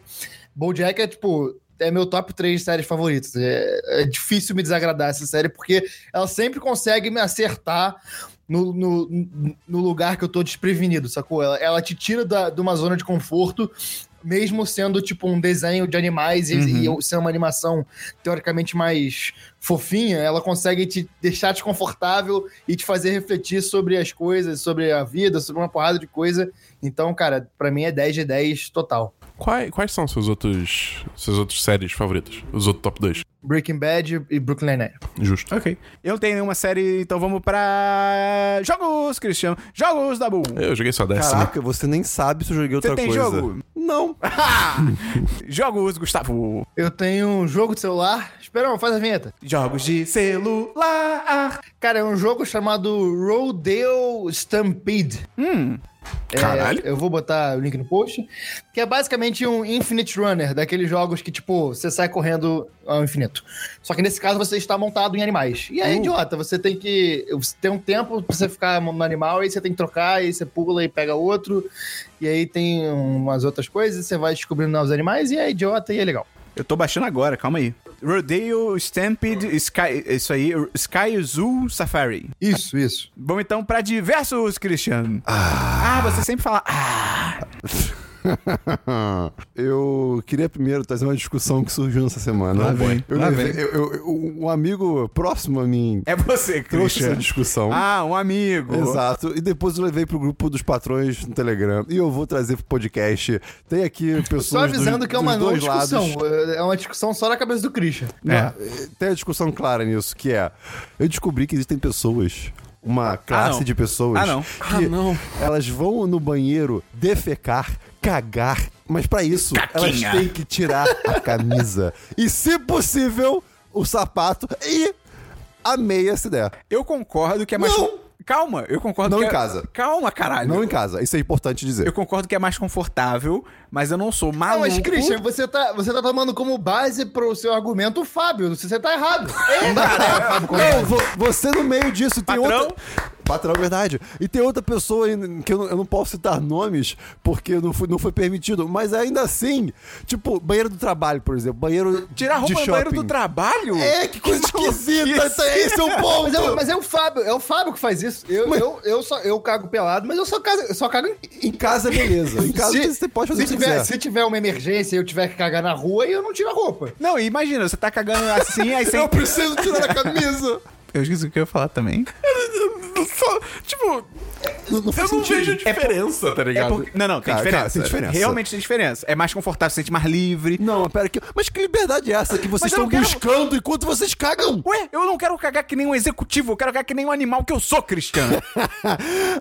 BoJack é, tipo, é meu top 3 de séries favoritas. É, é difícil me desagradar essa série, porque ela sempre consegue me acertar no, no, no lugar que eu tô desprevenido, sacou? Ela, ela te tira da, de uma zona de conforto, mesmo sendo, tipo, um desenho de animais e- e, sendo uma animação teoricamente mais fofinha, ela consegue te deixar desconfortável e te fazer refletir sobre as coisas, sobre a vida, sobre uma porrada de coisa. Então, cara, pra mim é 10 de 10 total.
Quais, quais são seus outros, seus outros séries favoritas? Os outros top 2?
Breaking Bad e Brooklyn Nine-Nine.
Justo.
Ok. Eu não tenho nenhuma série, então vamos pra. Jogos, Cristian. Jogos da Bull.
Eu joguei só décima.
Caraca, Assim, você nem sabe se eu joguei outra
Você tem
coisa.
jogo?
Não.
Jogos, Gustavo.
Eu tenho um jogo de celular. Esperão, faz a vinheta.
Jogos de celular.
Cara, é um jogo chamado Rodeo Stampede.
Hum.
É,
Caralho.
eu vou botar o link no post. Que é basicamente um Infinite Runner, daqueles jogos que, tipo, você sai correndo ao infinito. Só que nesse caso você está montado em animais. E é
Uh.
idiota, você tem que. Você tem um tempo pra você ficar no animal, aí você tem que trocar, aí você pula e pega outro. E aí tem umas outras coisas, você vai descobrindo novos animais, e é idiota e é legal.
Eu tô baixando agora, calma aí. Rodeo, Stampede, Sky. Isso aí, Sky Zoo Safari.
Isso, isso.
Vamos então pra diversos, Cristian. Ah, você sempre fala. Ah.
eu queria primeiro trazer uma discussão que surgiu nessa semana.
Lá vem,
Eu
lá
levei-
vem.
eu- eu- eu- um amigo próximo a mim
É você,
trouxe essa
Christian.
discussão.
Ah, um amigo.
Exato. E depois eu levei pro grupo dos patrões no Telegram. E eu vou trazer pro podcast. Tem aqui pessoas.
Só avisando
dos,
que é uma
dos
não
dois
discussão.
lados.
É uma discussão só na cabeça do Christian.
Ah.
É.
Tem a discussão clara nisso, que é. Eu descobri que existem pessoas. Uma classe
não.
de pessoas
Ah, não.
que elas vão no banheiro defecar, cagar, mas pra isso
Caquinha.
elas têm que tirar a camisa e, se possível, o sapato e a meia se der.
Eu concordo que é mais.
Não!
Calma, eu concordo
Não
que
em
é-
casa.
Calma, caralho.
Não em casa, isso é importante dizer.
Eu concordo que é mais confortável, mas eu não sou
Não,
maluco.
Ah, mas Christian, você tá, você tá tomando como base pro seu argumento o
É,
Fábio. Você tá errado.
Não, vo- você no meio disso tem
Patrão?
outra. Patrão, é verdade. E tem outra pessoa em- que eu não, eu não posso citar nomes porque não foi, não foi permitido, mas ainda assim, tipo, banheiro do trabalho, por exemplo. Banheiro.
Tirar a
de
roupa no banheiro do
shopping.
trabalho?
É, que coisa esquisita. Então, Esse é o ponto.
Mas é, mas é o Fábio, é o Fábio que faz isso. Eu, eu, eu, só, eu cago pelado, mas eu só, cago- eu só cago em
Em casa, beleza. Em casa você pode fazer
se
o que
tiver,
quiser.
se tiver uma emergência e eu tiver que cagar na rua, eu não tiro a roupa.
Não, e imagina, você tá cagando assim, aí você...
Eu preciso tirar a camisa.
Eu esqueci o que eu ia falar também.
Só, tipo,
Não, não
eu
faz
não
sentido.
vejo diferença, tá
É
ligado?
porque... Não, não, tem
Cara,
diferença.
cara, tem diferença. Hum.
Realmente tem diferença. É mais confortável, você se sente mais livre.
Não, mas pera, que... mas que liberdade é essa que vocês
Mas eu
estão
não quero-
buscando enquanto vocês cagam?
Ué, eu não quero cagar que nem um executivo, eu quero cagar que nem um animal que eu sou, Cristiano.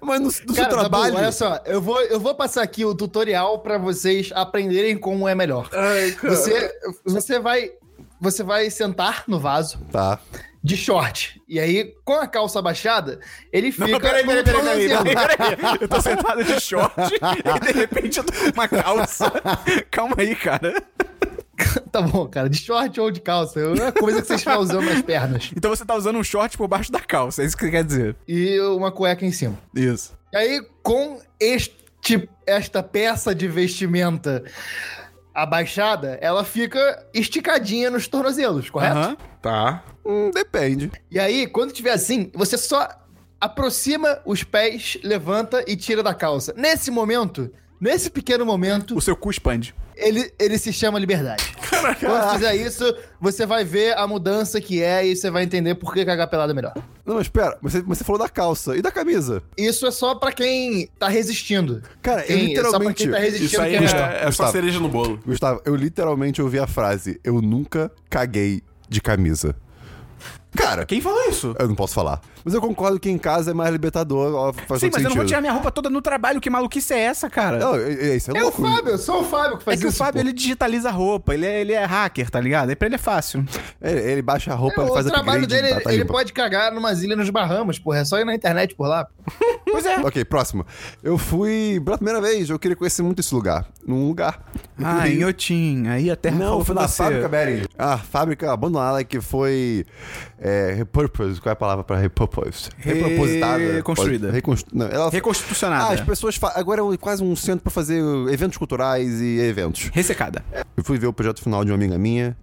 mas no, no seu
Cara, Dabu,
é trabalho.
olha só, eu vou, eu vou passar aqui o tutorial pra vocês aprenderem como é melhor. Você, você, vai, você vai sentar no vaso
Tá.
de short. E aí, com a calça baixada, ele fica.
Não, peraí, peraí,
como
peraí, peraí,
tornozelo.
peraí, peraí. Eu tô sentado de short e de repente eu tô com uma calça. Calma aí, cara.
Tá bom, cara, de short ou de calça. É uma coisa que vocês estão usando nas pernas.
Então você tá usando um short por baixo da calça, é isso que você quer dizer.
E uma cueca em cima.
Isso.
E aí, com este, esta peça de vestimenta abaixada, ela fica esticadinha nos tornozelos, correto?
Aham.
Tá.
Hum, depende.
E aí, quando tiver assim, você só aproxima os pés, levanta e tira da calça. Nesse momento, nesse pequeno momento,
O seu cu expande.
ele, ele se chama liberdade. Quando fizer isso, você vai ver a mudança que é e você vai entender por que cagar pelado é melhor.
Não, mas pera, mas você, mas você falou da calça e da camisa.
Isso é só pra quem tá resistindo.
Cara, eu
Quem- É só pra
literalmente.
quem tá resistindo
Isso aí
que é
é,
melhor.
é só
Gustavo.
cereja no bolo.
Gustavo, eu literalmente ouvi a frase: Eu nunca caguei de camisa. Cara,
Quem falou isso?
eu não posso falar. Mas eu concordo que em casa é mais libertador, ó, faz
Sim,
todo
mas eu não vou
sentido.
tirar minha roupa toda no trabalho, que maluquice é essa, cara?
Não, é- é- isso é,
É o
louco.
Fábio, só o Fábio que
é
faz
que
isso.
o Fábio,
pô.
ele digitaliza a roupa, ele é, ele é hacker, tá ligado? Aí pra ele é fácil.
Ele, ele baixa a roupa,
É
ele
o
faz
trabalho
upgrade.
dele,
tá- tá
ele
limpo.
pode cagar numas ilhas nos Bahamas, porra. É só ir na internet por lá.
Pois é.
Ok, próximo. Eu fui pela primeira vez, eu queria conhecer muito esse lugar. Num lugar. No
Ah,
Rio.
em Otim, aí a terra
Não,
falou
foi
pra
na
você.
fábrica Bering. A Ah, fábrica abandonada que foi é, repurposed. Qual é a palavra para repurposed? Repropositada.
Reconstruída.
Reconstru... Não, ela...
Reconstitucionada.
Ah, as pessoas. fa- Agora é um- quase um centro para fazer eventos culturais e eventos.
Ressecada.
Eu fui ver o projeto final de uma amiga minha,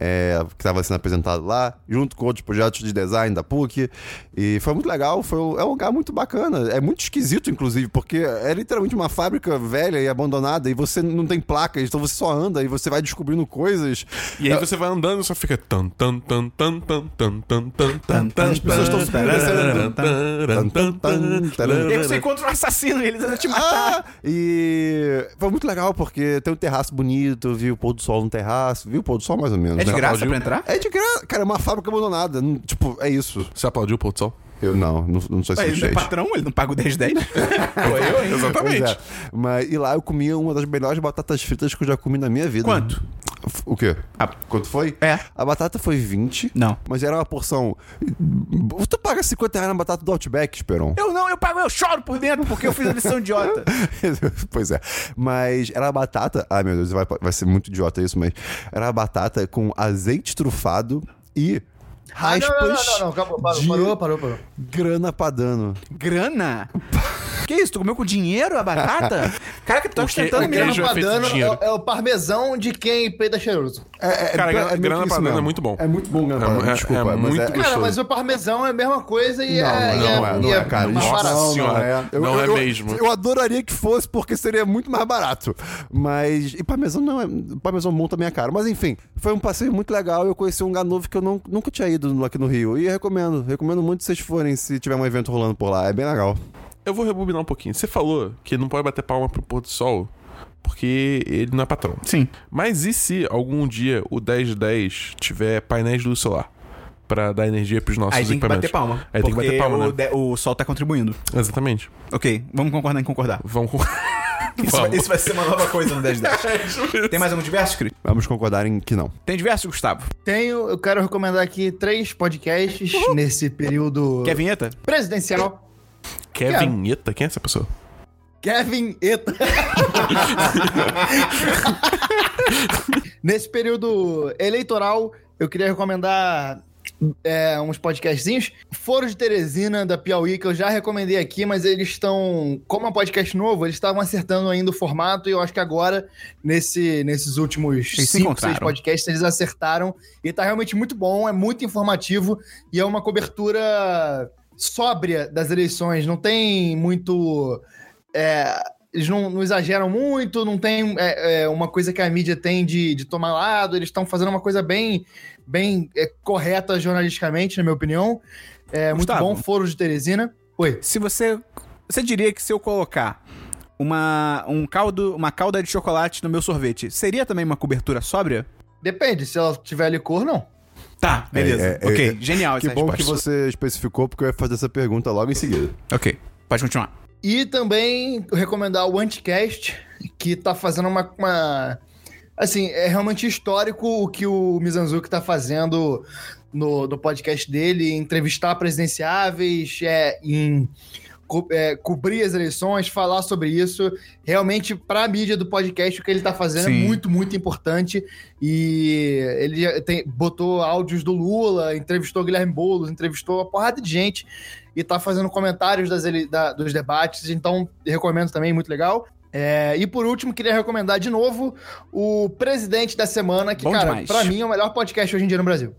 é, que estava sendo apresentado lá, junto com outros projetos de design da PUC. E foi muito legal, foi um- é um lugar muito bacana. É muito esquisito, inclusive, porque é literalmente uma fábrica velha e abandonada, e você não tem placas, então você só anda e você vai descobrindo coisas. Ah,
E aí você vai andando e só fica. Tan, tan, tan, tan, tan, tan, tan, tan, tan, tan.
As pessoas estão
Taran,
subindo.
taran, taran, taran,
E aí você
taran.
encontra um assassino e ele tenta te matar.
Ah! E foi muito legal, porque tem um terraço bonito, vi o pôr do sol no terraço, vi o pôr do sol mais ou menos.
é de
né?
graça pra entrar?
É de graça. Cara, é uma fábrica abandonada. não- Tipo, é isso.
Você aplaudiu o pôr do sol?
Eu não, não, não sou esse
Ele não é
sujeito.
patrão, ele não paga o 10 10.
Pois
Exatamente.
é. Mas, e lá eu comia uma das melhores batatas fritas que eu já comi na minha vida.
Quanto?
F- O quê?
A-
Ah, Quanto foi?
É.
A batata foi 20.
Não.
Mas era uma porção. Tu paga 50 reais na batata do Outback, Esperon.
Eu não, eu pago, eu choro por dentro porque eu fiz a lição idiota.
pois é. Mas era a batata. Ai, meu Deus, vai, vai ser muito idiota isso, mas. Era a batata com azeite trufado e.
Ah,
Raspas
calma,
de
parou, parou.
grana padano.
Grana? Que isso? Tu comeu com dinheiro a batata? Caraca, tu tá
Porque
ostentando
o
mesmo.
queijo-
Grana
é feito de
padano
dinheiro.
é, é o parmesão de quem peida cheiroso.
É,
Cara,
meio
grana-
que
grana
isso
padano
mesmo.
é muito bom.
É muito bom grana
É-
padano,
é- é
desculpa. mas
muito
é-
gostoso.
Cara, mas o parmesão é a mesma coisa e
Não,
é. e
não, é, não
e
é, cara.
mais
Nossa
barato.
senhora.
Eu-
Não
eu-
é
eu-
mesmo.
Eu adoraria que fosse, porque seria muito mais barato. Mas. E parmesão não é. Parmesão bom também é caro. Mas enfim, foi um passeio muito legal. Eu conheci um lugar novo que eu não- nunca tinha ido aqui no Rio. E eu recomendo. Recomendo muito se vocês forem, se tiver um evento rolando por lá. É bem legal.
Eu vou rebobinar um pouquinho. Você falou que não pode bater palma pro pôr do sol porque ele não é patrão.
Sim.
Mas e se algum dia o 1010 tiver painéis de luz solar? Pra dar energia pros nossos
Aí tem que
equipamentos.
bater palma.
Aí tem que
porque
bater palma,
o,
né?
de- o sol tá contribuindo.
Exatamente.
Ok, vamos concordar em concordar.
Vamos com...
Isso, vai- isso vai ser uma nova coisa no 10 10.
É
Tem mais algum diverso, Cris?
Vamos concordar em que não.
Tem diverso, Gustavo?
Tenho, eu quero recomendar aqui três podcasts nesse período
Quer vinheta?
presidencial.
Quer
Quero.
vinheta? Quem é essa pessoa?
Kevin Eta. Nesse período eleitoral, eu queria recomendar é, uns podcastzinhos. Foro de Teresina, da Piauí, que eu já recomendei aqui, mas eles estão. Como é um podcast novo, eles estavam acertando ainda o formato, e eu acho que agora, nesse, nesses últimos
Eles se
cinco, seis
encontraram.
podcasts, eles acertaram. E tá realmente muito bom, é muito informativo e é uma cobertura sóbria das eleições. Não tem muito. é, eles não, não exageram muito, não tem é, é, uma coisa que a mídia tem de, de tomar lado, eles estão fazendo uma coisa bem, bem é, correta jornalisticamente, na minha opinião. É
Gustavo.
muito bom, Foro de Teresina. Oi.
Se você. Você diria que se eu colocar uma, um caldo, uma calda de chocolate no meu sorvete, seria também uma cobertura sóbria?
Depende, se ela tiver licor, não.
Tá, beleza.
é, é,
ok,
é.
genial
Que
essa
bom que
resposta.
você especificou, porque eu ia fazer essa pergunta logo em seguida.
Ok, pode continuar.
E também recomendar o Anticast, que tá fazendo uma. uma- Assim, é realmente histórico o que o Mizanzuki tá fazendo no, no podcast dele, entrevistar presidenciáveis, é, em co- é, cobrir as eleições, falar sobre isso. Realmente, pra mídia do podcast, o que ele tá fazendo
Sim.
é muito, muito importante. E ele já tem- botou áudios do Lula, entrevistou o Guilherme Boulos, entrevistou uma porrada de gente e tá fazendo comentários das ele- da- dos debates, então recomendo também, muito legal. É, e por último, queria recomendar de novo o Presidente da Semana, que,
Bom
cara,
demais.
pra mim é o melhor podcast hoje em dia no Brasil.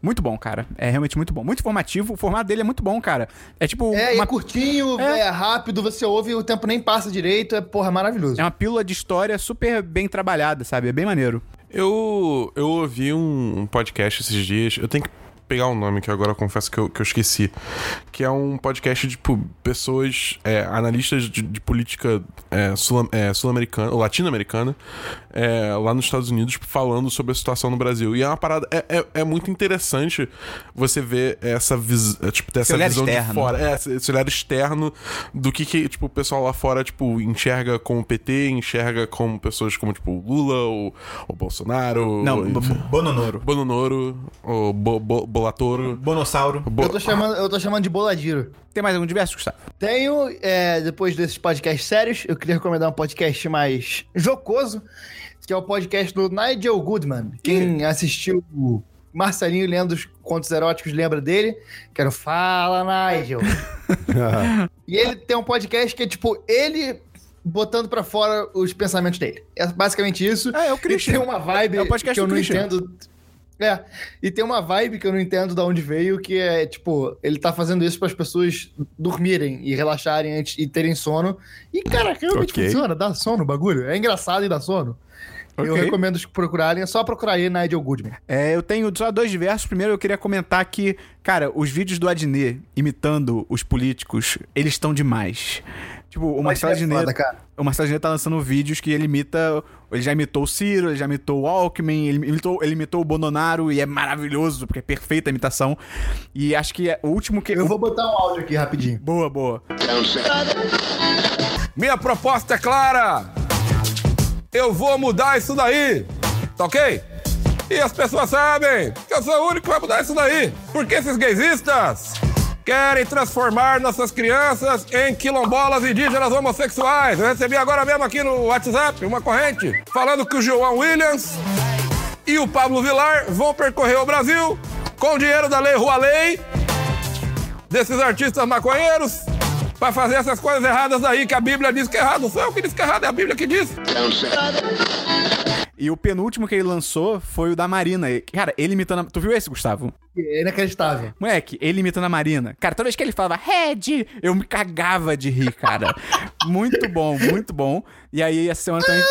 Muito bom, cara. É realmente muito bom. Muito informativo. O formato dele é muito bom, cara. É tipo
É, e
uma,
é curtinho,
É.
é. rápido, você ouve e o tempo nem passa direito, é, porra, maravilhoso.
é uma pílula de história super bem trabalhada, sabe? É bem maneiro.
Eu, eu ouvi um, um podcast esses dias. Eu tenho que pegar o nome que agora eu confesso que eu, que eu esqueci. Que é um podcast de tipo, pessoas, é, analistas de, de política é, sul- é, sul-americana, ou latino-americana, é, lá nos Estados Unidos, falando sobre a situação no Brasil. E é uma parada. É, é, é muito interessante você ver essa, vis, é, tipo, ter essa
olhar
visão
externo.
de fora. É, esse esse olhar externo do que, que, tipo, o pessoal lá fora, tipo, enxerga como o PT, enxerga como pessoas como, tipo, o Lula, ou o Bolsonaro.
Não,
ou,
B-
enfim,
B- Bononoro.
Bononoro, ou Bo, Bo- Bolatoro.
Bonossauro.
Bo-
Eu, tô chamando, eu tô chamando de Boladiro.
Tem mais algum diverso, Gustavo?
Tenho, é, depois desses podcasts sérios, eu queria recomendar um podcast mais jocoso, que é o podcast do Nigel Goodman. Quem assistiu o Marcelinho lendo os contos eróticos lembra dele? Quero fala, Nigel. e ele tem um podcast que é tipo ele botando pra fora os pensamentos dele. É basicamente isso.
É, é o
E
Christian.
tem uma vibe
É o podcast
que eu
do
não
Christian.
entendo. É, e tem uma vibe que eu não entendo de onde veio, que é tipo, ele tá fazendo isso para as pessoas dormirem e relaxarem antes e terem sono. E cara, realmente
Ok.
funciona, dá sono o bagulho. É engraçado e dá sono. Eu
Ok.
recomendo os procurarem, é só procurar aí na Nigel Goodman.
É, eu tenho só dois diversos. Primeiro, eu queria comentar que, cara, os vídeos do Adnet imitando os políticos, eles estão demais. Tipo, o Marcelo
ser
Adnet.
é foda, cara.
O Marcelo Adnet tá lançando vídeos que ele imita. Ele já imitou o Ciro, ele já imitou o Alckmin, ele imitou, ele imitou o Bononaro e é maravilhoso, porque é perfeita a imitação. E acho que é o último que.
Eu vou botar um áudio aqui rapidinho.
Boa, boa.
Minha proposta é clara. Eu vou mudar isso daí. Tá ok? E as pessoas sabem que eu sou o único que vai mudar isso daí. Porque esses gaysistas querem transformar nossas crianças em quilombolas indígenas homossexuais. Eu recebi agora mesmo aqui no WhatsApp uma corrente falando que o João Williams e o Pablo Vilar vão percorrer o Brasil com o dinheiro da Lei Rua Lei desses artistas maconheiros pra fazer essas coisas erradas aí que a Bíblia diz que é errado. Não sou eu que diz que é errado, é a Bíblia que diz.
E o penúltimo que ele lançou foi o da Marina. E, Cara, ele imitando. a- Tu viu esse, Gustavo?
É inacreditável.
Moleque, ele imitando a Marina. Cara, toda vez que ele falava Red, eu me cagava de rir, cara. muito bom, muito bom. E aí, essa semana também.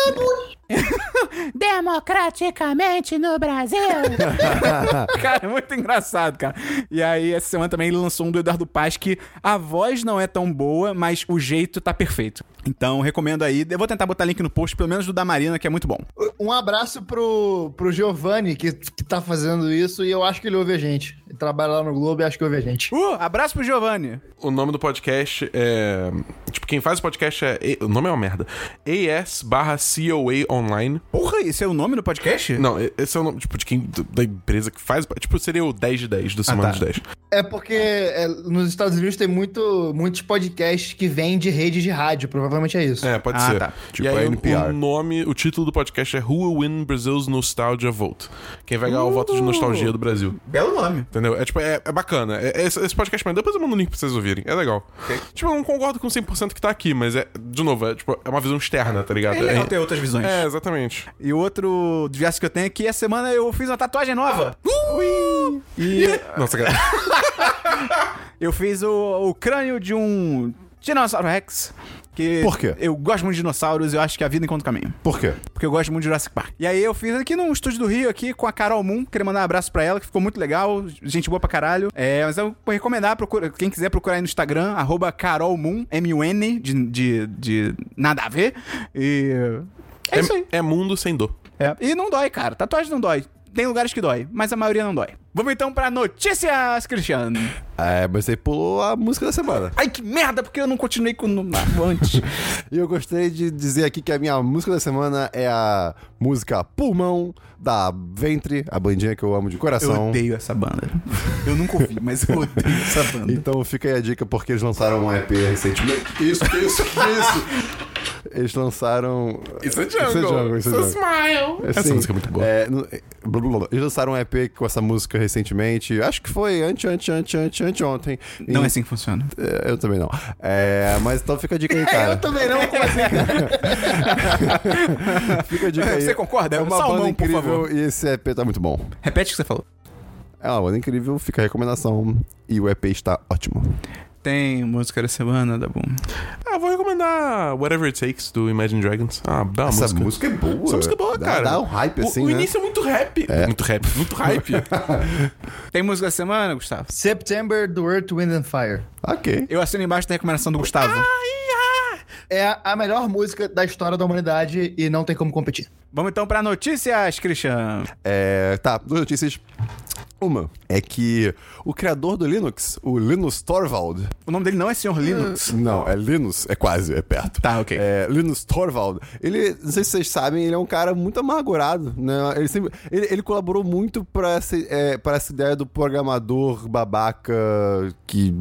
Democraticamente no Brasil.
cara, é muito engraçado, cara. E aí, essa semana também ele lançou um do Eduardo Paz que a voz não é tão boa, mas o jeito tá perfeito. Então, recomendo aí. Eu vou tentar botar link no post, pelo menos do da Marina, que é muito bom.
Um abraço pro, pro Giovanni, que, que tá fazendo isso, e eu acho que ele ouve a gente. Ele trabalha lá no Globo e acho que ouve a gente.
Uh, abraço pro Giovanni.
O nome do podcast é. Tipo, quem faz o podcast é. O nome é uma merda. AS barra COA Online.
Porra, esse é o nome do podcast?
Não, e- esse é o nome, tipo, de quem, do- da empresa que faz. Tipo, seria o 10 de 10, do Semana
tá.
de 10.
É porque é, nos Estados Unidos tem muito, muitos podcasts que vêm de rede de rádio, provavelmente é isso.
É, pode
Ah,
ser.
tá.
Tipo
e aí,
a NPR.
O, o nome, o título do podcast é Who Will Win Brazil's Nostalgia Vote. Quem vai ganhar o voto de nostalgia do Brasil.
Belo nome.
Entendeu? É tipo, é, é bacana. É- é esse, esse podcast, mas depois eu mando o link pra vocês ouvirem. É legal. Tipo, eu não concordo com 100% que tá aqui, mas é, de novo, é, tipo, é uma visão externa, tá ligado?
É legal ter outras visões.
É, exatamente.
E o outro diverso que eu tenho é que essa semana eu fiz uma tatuagem nova.
Uh!
Ui! E
Nossa, cara.
eu fiz o, o crânio de um Dinossauro Rex. Que
Por quê?
Eu gosto muito de dinossauros e eu acho que a vida encontra caminho.
Por quê?
Porque eu gosto muito de Jurassic Park. E aí eu fiz aqui num estúdio do Rio, aqui, com a Carol Moon. Queria mandar um abraço pra ela, que ficou muito legal. Gente boa pra caralho. É, mas eu vou recomendar, procura, quem quiser procurar aí no Instagram, arroba Carol Moon, M-U-N, de, de, de nada a ver. E... É, isso aí.
É, é mundo sem dor.
É. E não dói, cara. Tatuagem não dói. Tem lugares que dói, mas a maioria não dói. Vamos então pra notícias, Cristiano.
É, mas você pulou a música da semana.
Ai, que merda, porque eu não continuei com o ah, antes.
E eu gostei de dizer aqui que a minha música da semana é a música Pulmão, da Ventre, a bandinha que eu amo de
Eu
coração.
odeio essa banda. Eu nunca ouvi, mas eu odeio essa banda.
Então fica aí a dica, porque eles lançaram um EP recentemente. Isso, isso, isso. Eles lançaram.
Isso é
Isso é
jungle.
jungle, isso é jungle.
smile. Essa
Assim,
música é muito boa.
é, no- é, blá, blá, blá. Eles lançaram um EP com essa música recentemente. Acho que foi ante, ante, ante, ante, ante ontem.
Não é assim que funciona.
Eu também não. É, mas então fica a dica aí, cara.
Eu também não, como assim?
Fica a dica aí.
Você concorda?
É uma
Salmão,
banda
por
incrível
favor.
e esse EP tá muito bom.
Repete o que você falou.
É uma banda incrível, fica a recomendação. E o EP está ótimo.
Tem música da semana, da Boom.
Ah, vou recomendar Whatever It Takes, do Imagine Dragons. Ah, dá uma
Essa
música.
música. é boa.
Essa música é boa,
Dá-
cara.
Dá um hype
O-
assim,
O
né?
início é muito rap. Muito rap. Muito hype.
Tem música da semana, Gustavo?
September do Earth, Wind and Fire.
Ok.
Eu assino embaixo da recomendação do Gustavo.
Ah,
Ah!
É a- a melhor música da história da humanidade e não tem como competir.
Vamos então pra notícias, Christian.
É, tá, duas notícias. Uma é que o criador do Linux, o Linus Torvald.
O nome dele não é Sr. Linux.
Não, é Linus, é quase, é perto.
Tá, ok.
É, Linus Torvald. Ele, não sei se vocês sabem, ele é um cara muito amargurado, né? Ele, sempre, ele, ele colaborou muito pra essa, é, pra essa ideia do programador babaca que.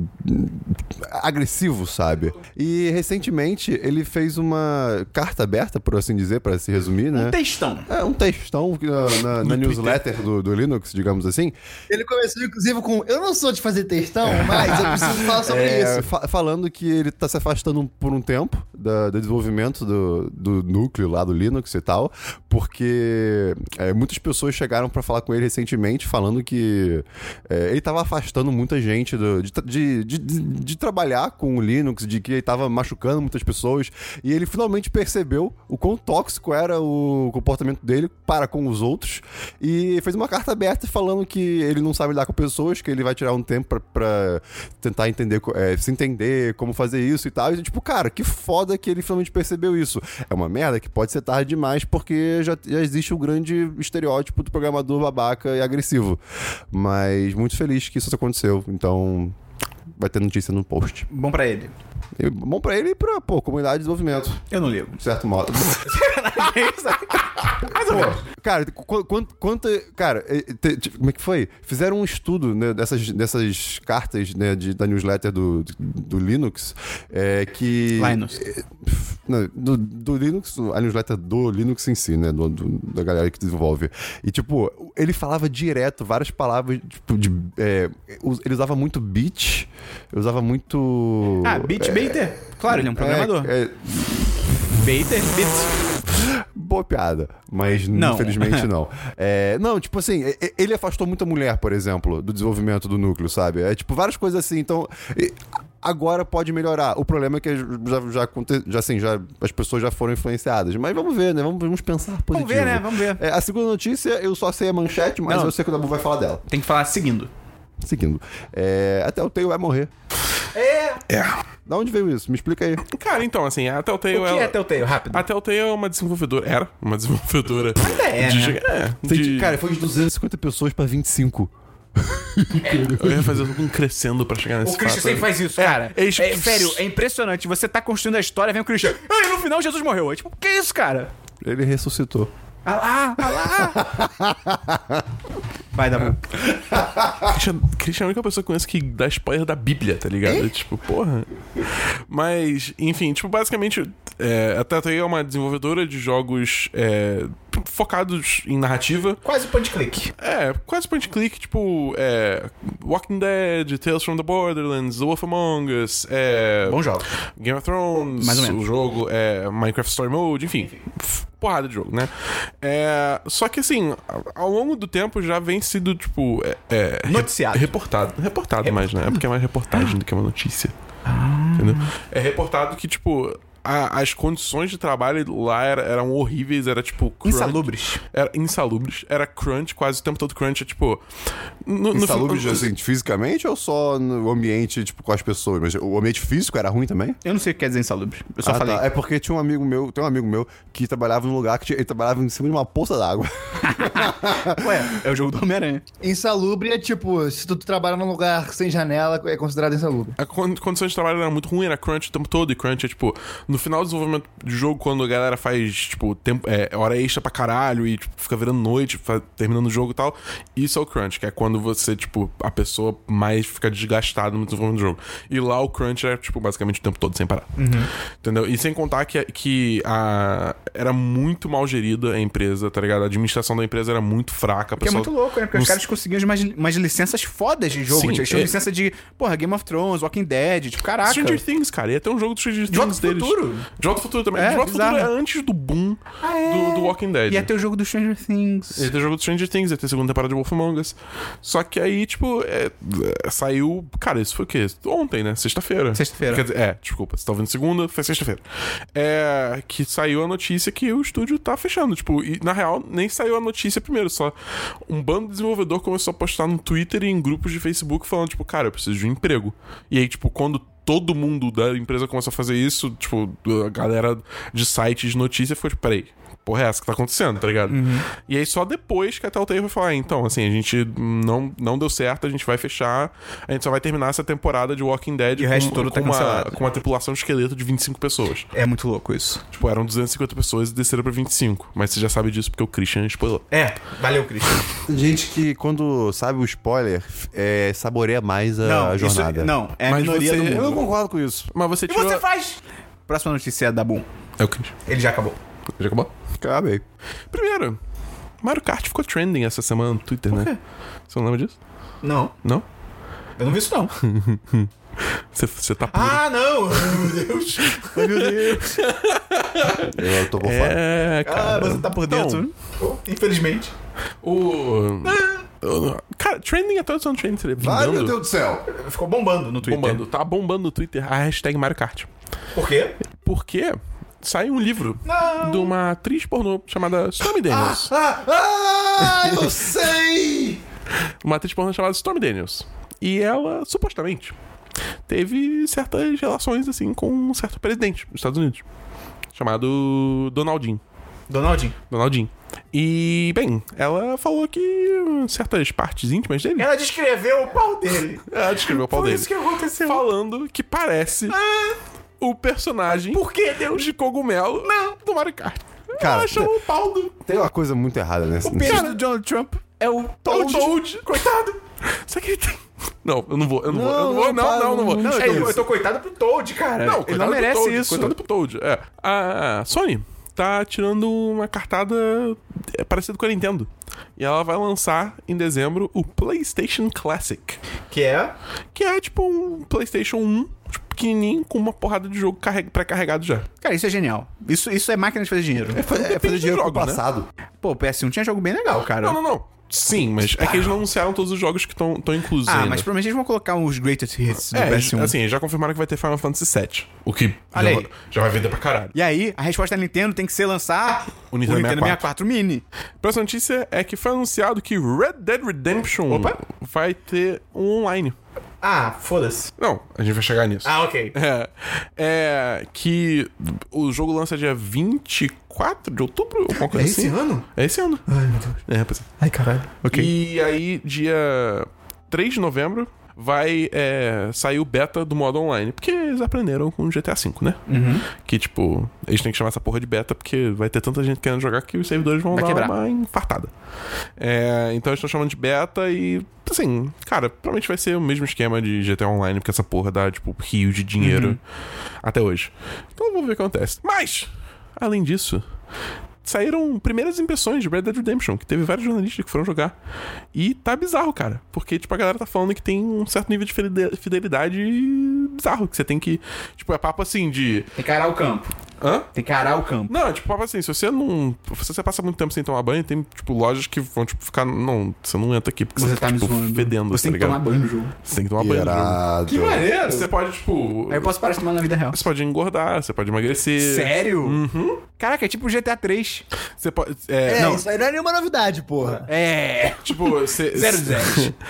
agressivo, sabe? E recentemente ele fez uma carta aberta, por assim dizer, pra se resumir, né?
Textão.
É um textão que na, na- na newsletter do, do Linux, digamos assim.
Ele começou, inclusive, com Eu não sou de fazer textão, mas eu preciso falar sobre
É,
isso.
fa- falando que ele tá se afastando um- por um tempo da- do desenvolvimento do, do núcleo lá do Linux e tal, porque é, muitas pessoas chegaram pra falar com ele recentemente falando que é, ele tava afastando muita gente do- de, tra- de- de- de- de trabalhar com o Linux, de que ele tava machucando muitas pessoas, e ele finalmente percebeu o quão tóxico era o comportamento dele para com os outros, e fez uma carta aberta falando que ele não sabe lidar com pessoas, que ele vai tirar um tempo pra- pra tentar entender, co- é, se entender como fazer isso e tal. E tipo, cara, que foda que ele finalmente percebeu isso. É uma merda que pode ser tarde demais, porque já, já existe o grande estereótipo do programador babaca e agressivo. Mas muito feliz que isso aconteceu. Então, vai ter notícia no post.
Bom pra ele.
E bom pra ele e pra, pô, comunidade de desenvolvimento,
Eu não ligo.
de certo modo.
Mas eu gosto.
Cara, qu- quanto. quanto cara, eh, te- te- como é que foi? Fizeram um estudo né, dessas, dessas cartas né, de- da newsletter do, do Linux. é, que.
Linus.
eh, não, do, do Linux, a newsletter do Linux em si, né? do- do- da galera que desenvolve. E, tipo, ele falava direto várias palavras. Tipo, de, eh, us- ele usava muito bit, ele usava muito.
Ah, Bit Baiter. Claro, ele é um programador.
É, é,
Baiter, Bit.
Boa piada, mas
Não.
infelizmente não. É, não, tipo assim, e- e- ele afastou muita mulher, por exemplo, do desenvolvimento do núcleo, sabe? É tipo várias coisas assim, então. e- Agora pode melhorar. O problema é que já, já, aconte- já, assim, já as pessoas já foram influenciadas. Mas vamos ver, né? Vamos, vamos pensar positivo.
ver, né? Vamos ver.
É, a segunda notícia, eu só sei a manchete, mas
Não.
eu sei que o Dabu vai falar dela.
Tem que falar seguindo.
Seguindo. É, até o Tail vai morrer.
É.
Da onde veio isso? Me explica aí.
Cara, então, assim, a Telltale...
O que
ela-
é Telltale? Rápido.
A Telltale é uma desenvolvedora... Era uma desenvolvedora...
é,
de...
né?
é,
Tem-
de-
Cara, foi de 250 pessoas pra 25.
Eu ia fazer um crescendo pra chegar nesse
O Christian
fato.
sempre faz isso, cara.
é
É,
isso-
sério, é impressionante. Você tá construindo a história, vem o Christian. Ai, no final Jesus morreu. É tipo, que isso, cara?
Ele ressuscitou.
Alá, alá. Vai, Dabu.
Christian, Christian é a única pessoa que eu conheço que dá spoiler da Bíblia, tá ligado?
É?
Tipo, porra. Mas, enfim, tipo, basicamente, é, a Telltale é uma desenvolvedora de jogos é, focados em narrativa.
Quase point click.
É, quase point and click, tipo, é, Walking Dead, Tales from the Borderlands, The Wolf Among Us, é,
Bom jogo.
Game of Thrones,
Mais ou menos.
o jogo, é, Minecraft Story Mode, enfim. f- Porrada de jogo, né? É, só que assim, a- ao longo do tempo já vem sido, tipo. é, é, re-
Noticiado.
Reportado. Reportado mais, né? É porque é mais reportagem do que uma notícia.
Ah.
Entendeu? É reportado que, tipo. a- as condições de trabalho lá era- eram horríveis, era tipo. crunch-
é Insalubres.
Era insalubres, era crunch, quase o tempo todo crunch, é tipo. No, no fim-
Insalubre, assim, fisicamente ou só no ambiente, tipo, com as pessoas? Mas o ambiente físico era ruim também?
Eu não sei o que quer dizer insalubres. Eu só
Ah,
falei.
tá. É porque tinha um amigo meu, tem um amigo meu que trabalhava num lugar que tinha- ele trabalhava em cima de uma poça d'água.
Ué, é o jogo do Homem-Aranha.
Insalubre é tipo, se tu trabalha num lugar sem janela, é considerado insalubre.
A con- condição de trabalho era muito ruim, era crunch o tempo todo, e crunch é tipo, no final do desenvolvimento do jogo, quando a galera faz, tipo, tempo, é, hora extra pra caralho e tipo, fica virando noite, fa- terminando o jogo e tal, isso é o crunch, que é quando você, tipo, a pessoa mais fica desgastada no desenvolvimento do jogo. E lá o crunch era, tipo, basicamente o tempo todo sem parar.
Uhum.
Entendeu? E sem contar que, que a, era muito mal gerida a empresa, tá ligado? A administração da empresa era muito fraca. a
Que é
pessoa
muito louco, né? Porque
não
os caras conseguiam umas, umas licenças fodas de jogo.
Sim,
Eles tinham
é-
licença de, porra, Game of Thrones, Walking Dead, tipo, caraca.
Stranger Things, cara. Ia ter um jogo do Stranger
De Volta
Things
pro
deles.
Futuro.
De Volta pro Futuro também.
É,
de Volta pro Futuro é
bizarro.
antes do boom
Ah, é.
do, do Walking Dead.
Ia ter o jogo do Stranger Things.
Ia ter jogo do Stranger Things, ia ter segunda temporada de Wolf Among Us. Só que aí, tipo, é, é, saiu. Cara, isso foi o quê? Ontem, né? Sexta-feira.
Sexta-feira.
Quer dizer, é, desculpa, você tá ouvindo segunda, foi sexta-feira. É. Que saiu a notícia que o estúdio tá fechando. Tipo, e na real, nem saiu a notícia primeiro, só um bando de desenvolvedor começou a postar no Twitter e em grupos de Facebook falando, tipo, cara, eu preciso de um emprego. E aí, tipo, quando. Todo mundo da empresa começou a fazer isso, tipo, a galera de sites de notícia ficou tipo, peraí, porra, é essa que tá acontecendo, tá ligado? E aí só depois que a Telltale vai falar, "Ah, então, assim, a gente não, não deu certo, a gente vai fechar, a gente só vai terminar essa temporada de Walking Dead
E o resto todo
com,
tá
uma,
cancelado.
com uma tripulação de esqueleto de 25 pessoas.
É muito louco isso.
Tipo, eram 250 pessoas e desceram pra 25. Mas você já sabe disso porque o Christian spoilou.
É, valeu, Christian.
Tem gente que, quando sabe o spoiler, é, saboreia mais a
Não, isso-
jornada.
não, é a
Mas
minoria
você-
do
Eu
mundo.
não concordo com isso.
Mas você
E
tirou...
você faz? Próxima notícia é da Boom.
É o Christian.
Ele já acabou.
Já acabou?
Acabei.
Primeiro, Mario Kart ficou trending essa semana no Twitter, né? Você não lembra disso?
Não,
Não?
eu não vi isso não.
Você, você tá puro.
ah, não! Meu Deus! Meu Deus!
Eu tô por fora.
é,
Ah,
cara.
você tá por dentro.
Então.
Oh, Infelizmente.
O... o- Cara, trending é até o Sound Trending. você
Ai,
brigando.
meu Deus do céu.
Ficou bombando no Twitter.
bombando, tá bombando no Twitter a hashtag Mario Kart.
Por quê?
Porque sai um livro de uma atriz pornô chamada Stormy Daniels.
Ah, ah, eu sei!
Uma atriz pornô chamada Stormy Daniels. E ela, supostamente, teve certas relações, assim, com um certo presidente dos Estados Unidos. Chamado Donaldinho.
Donaldinho.
Donaldinho. E, bem, ela falou que certas partes íntimas
É,
dele.
Ela descreveu o pau dele.
Ela descreveu o pau
Por
dele.
isso que aconteceu.
Falando que parece o personagem.
Por que, Deus?
de cogumelo não. do Mario Kart.
Cara,
Ela achou o pau do
Tem uma coisa muito errada nessa.
O pênis do Donald Trump é o
Toad.
Toad.
Coitado. Só que ele tem... Não, eu não vou, eu não, vou, eu não
Não, não,
vou, não,
para,
não, não vou.
Não,
É
eu, tô,
isso.
eu tô coitado pro Toad, cara.
Não,
ele
coitado
não
do
merece
Toad,
isso.
Coitado pro Toad, é. A Sony tá tirando uma cartada é, parecida com a Nintendo. E ela vai lançar em dezembro o PlayStation Classic,
Que é?
que é tipo um PlayStation 1 tipo, pequenininho com uma porrada de jogo carre- pré-carregado já.
Cara, isso é genial. Isso, isso é máquina de fazer dinheiro.
É fazer, é
Depende
fazer
do
dinheiro
jogo,
pro passado.
Pô, o PS1 tinha jogo bem legal, cara.
Não, não, não. Sim, mas é que eles não anunciaram todos os jogos que estão inclusos
Ah,
ainda.
mas provavelmente eles vão colocar os greatest hits do
né? É,
PS1.
assim, já confirmaram que vai ter Final Fantasy VII. O que já,
Olha aí.
vai- já vai vender pra caralho.
E aí, a resposta da Nintendo tem que ser lançar
O Nintendo
64. Mini.
Próxima notícia é que foi anunciado que Red Dead Redemption
Opa.
vai ter um online.
Ah, foda-se.
Não, a gente vai chegar nisso.
Ah, ok.
É, é que o jogo lança dia 24 de outubro ou alguma coisa
É esse
assim.
ano?
É esse ano.
Ai, meu Deus.
É, pois é.
Ai, caralho. Ok.
E aí, dia 3 de novembro, vai é, sair o beta do modo online. Porque eles aprenderam com o GTA V, né?
Uhum.
Que, tipo, eles têm que chamar essa porra de beta porque vai ter tanta gente querendo jogar que os servidores vão
Vai
dar
quebrar.
uma infartada. É, então eles estão chamando de beta e, assim, cara, provavelmente vai ser o mesmo esquema de GTA Online, porque essa porra dá, tipo, rio de dinheiro
Uhum.
até hoje. Então vamos ver o que acontece. Mas, além disso, saíram primeiras impressões de Red Dead Redemption, que teve vários jornalistas que foram jogar. E tá bizarro, cara. Porque, tipo, a galera tá falando que tem um certo nível de fide- fidelidade bizarro, que você tem que. Tipo, é papo assim de.
Tem que arar o campo.
Hã?
Tem que arar o campo.
Não, é tipo, papo assim, se você não. Se você passa muito tempo sem tomar banho, tem, tipo, lojas que vão, tipo, ficar. Não, você não entra aqui porque você, tá, tipo, fedendo,
Você
tá
tem que tomar
ligado?
banho no jogo.
Você tem que tomar banho. no jogo.
Irado.
maneiro!
Você pode, tipo.
Aí eu posso parar de tomar na vida real.
Você pode engordar, você pode emagrecer.
Sério?
Uhum.
Caraca, é tipo GTA 3.
Você pode. É,
É,
não,
isso aí não é nenhuma novidade, porra.
É.
tipo, você.
Zero dez.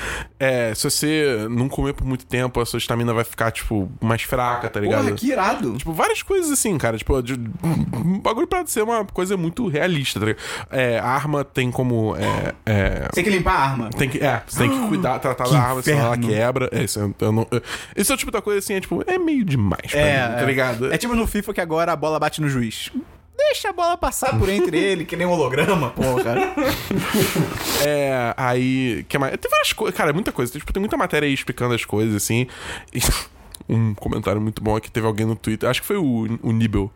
É, se você não comer por muito tempo, a sua estamina vai ficar, tipo, mais fraca, tá ligado?
Porra, que irado.
Tipo, várias coisas assim, cara. Tipo, de, um bagulho pra ser uma coisa muito realista, tá ligado? É, a arma tem como. É, é,
Você tem que limpar a arma.
tem que, é, você tem que cuidar, tratar da arma, senão ela
Ah, inferno.
quebra. É, isso, eu, eu não, eu- esse é o tipo da coisa assim, é tipo, é meio demais pra mim, tá ligado?
É tipo no FIFA que agora a bola bate no juiz. Deixa a bola passar por entre ele, que nem um holograma, porra, cara.
É, aí. Que mais? Tem várias coisas. Cara, é muita coisa. Tem, tipo, tem muita matéria aí explicando as coisas, assim. E um comentário muito bom é que teve alguém no Twitter, acho que foi o, o Nibel,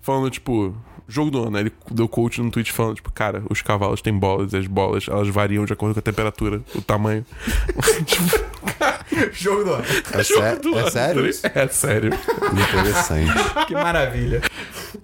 falando, tipo. Jogo do ano, né? ele deu coach no tweet falando, tipo, cara, os cavalos têm bolas e as bolas elas variam de acordo com a temperatura, o tamanho.
Jogo do ano.
É, sé-
Jogo do
é
ano,
sério?
tá ligado? É sério.
Interessante.
Que maravilha.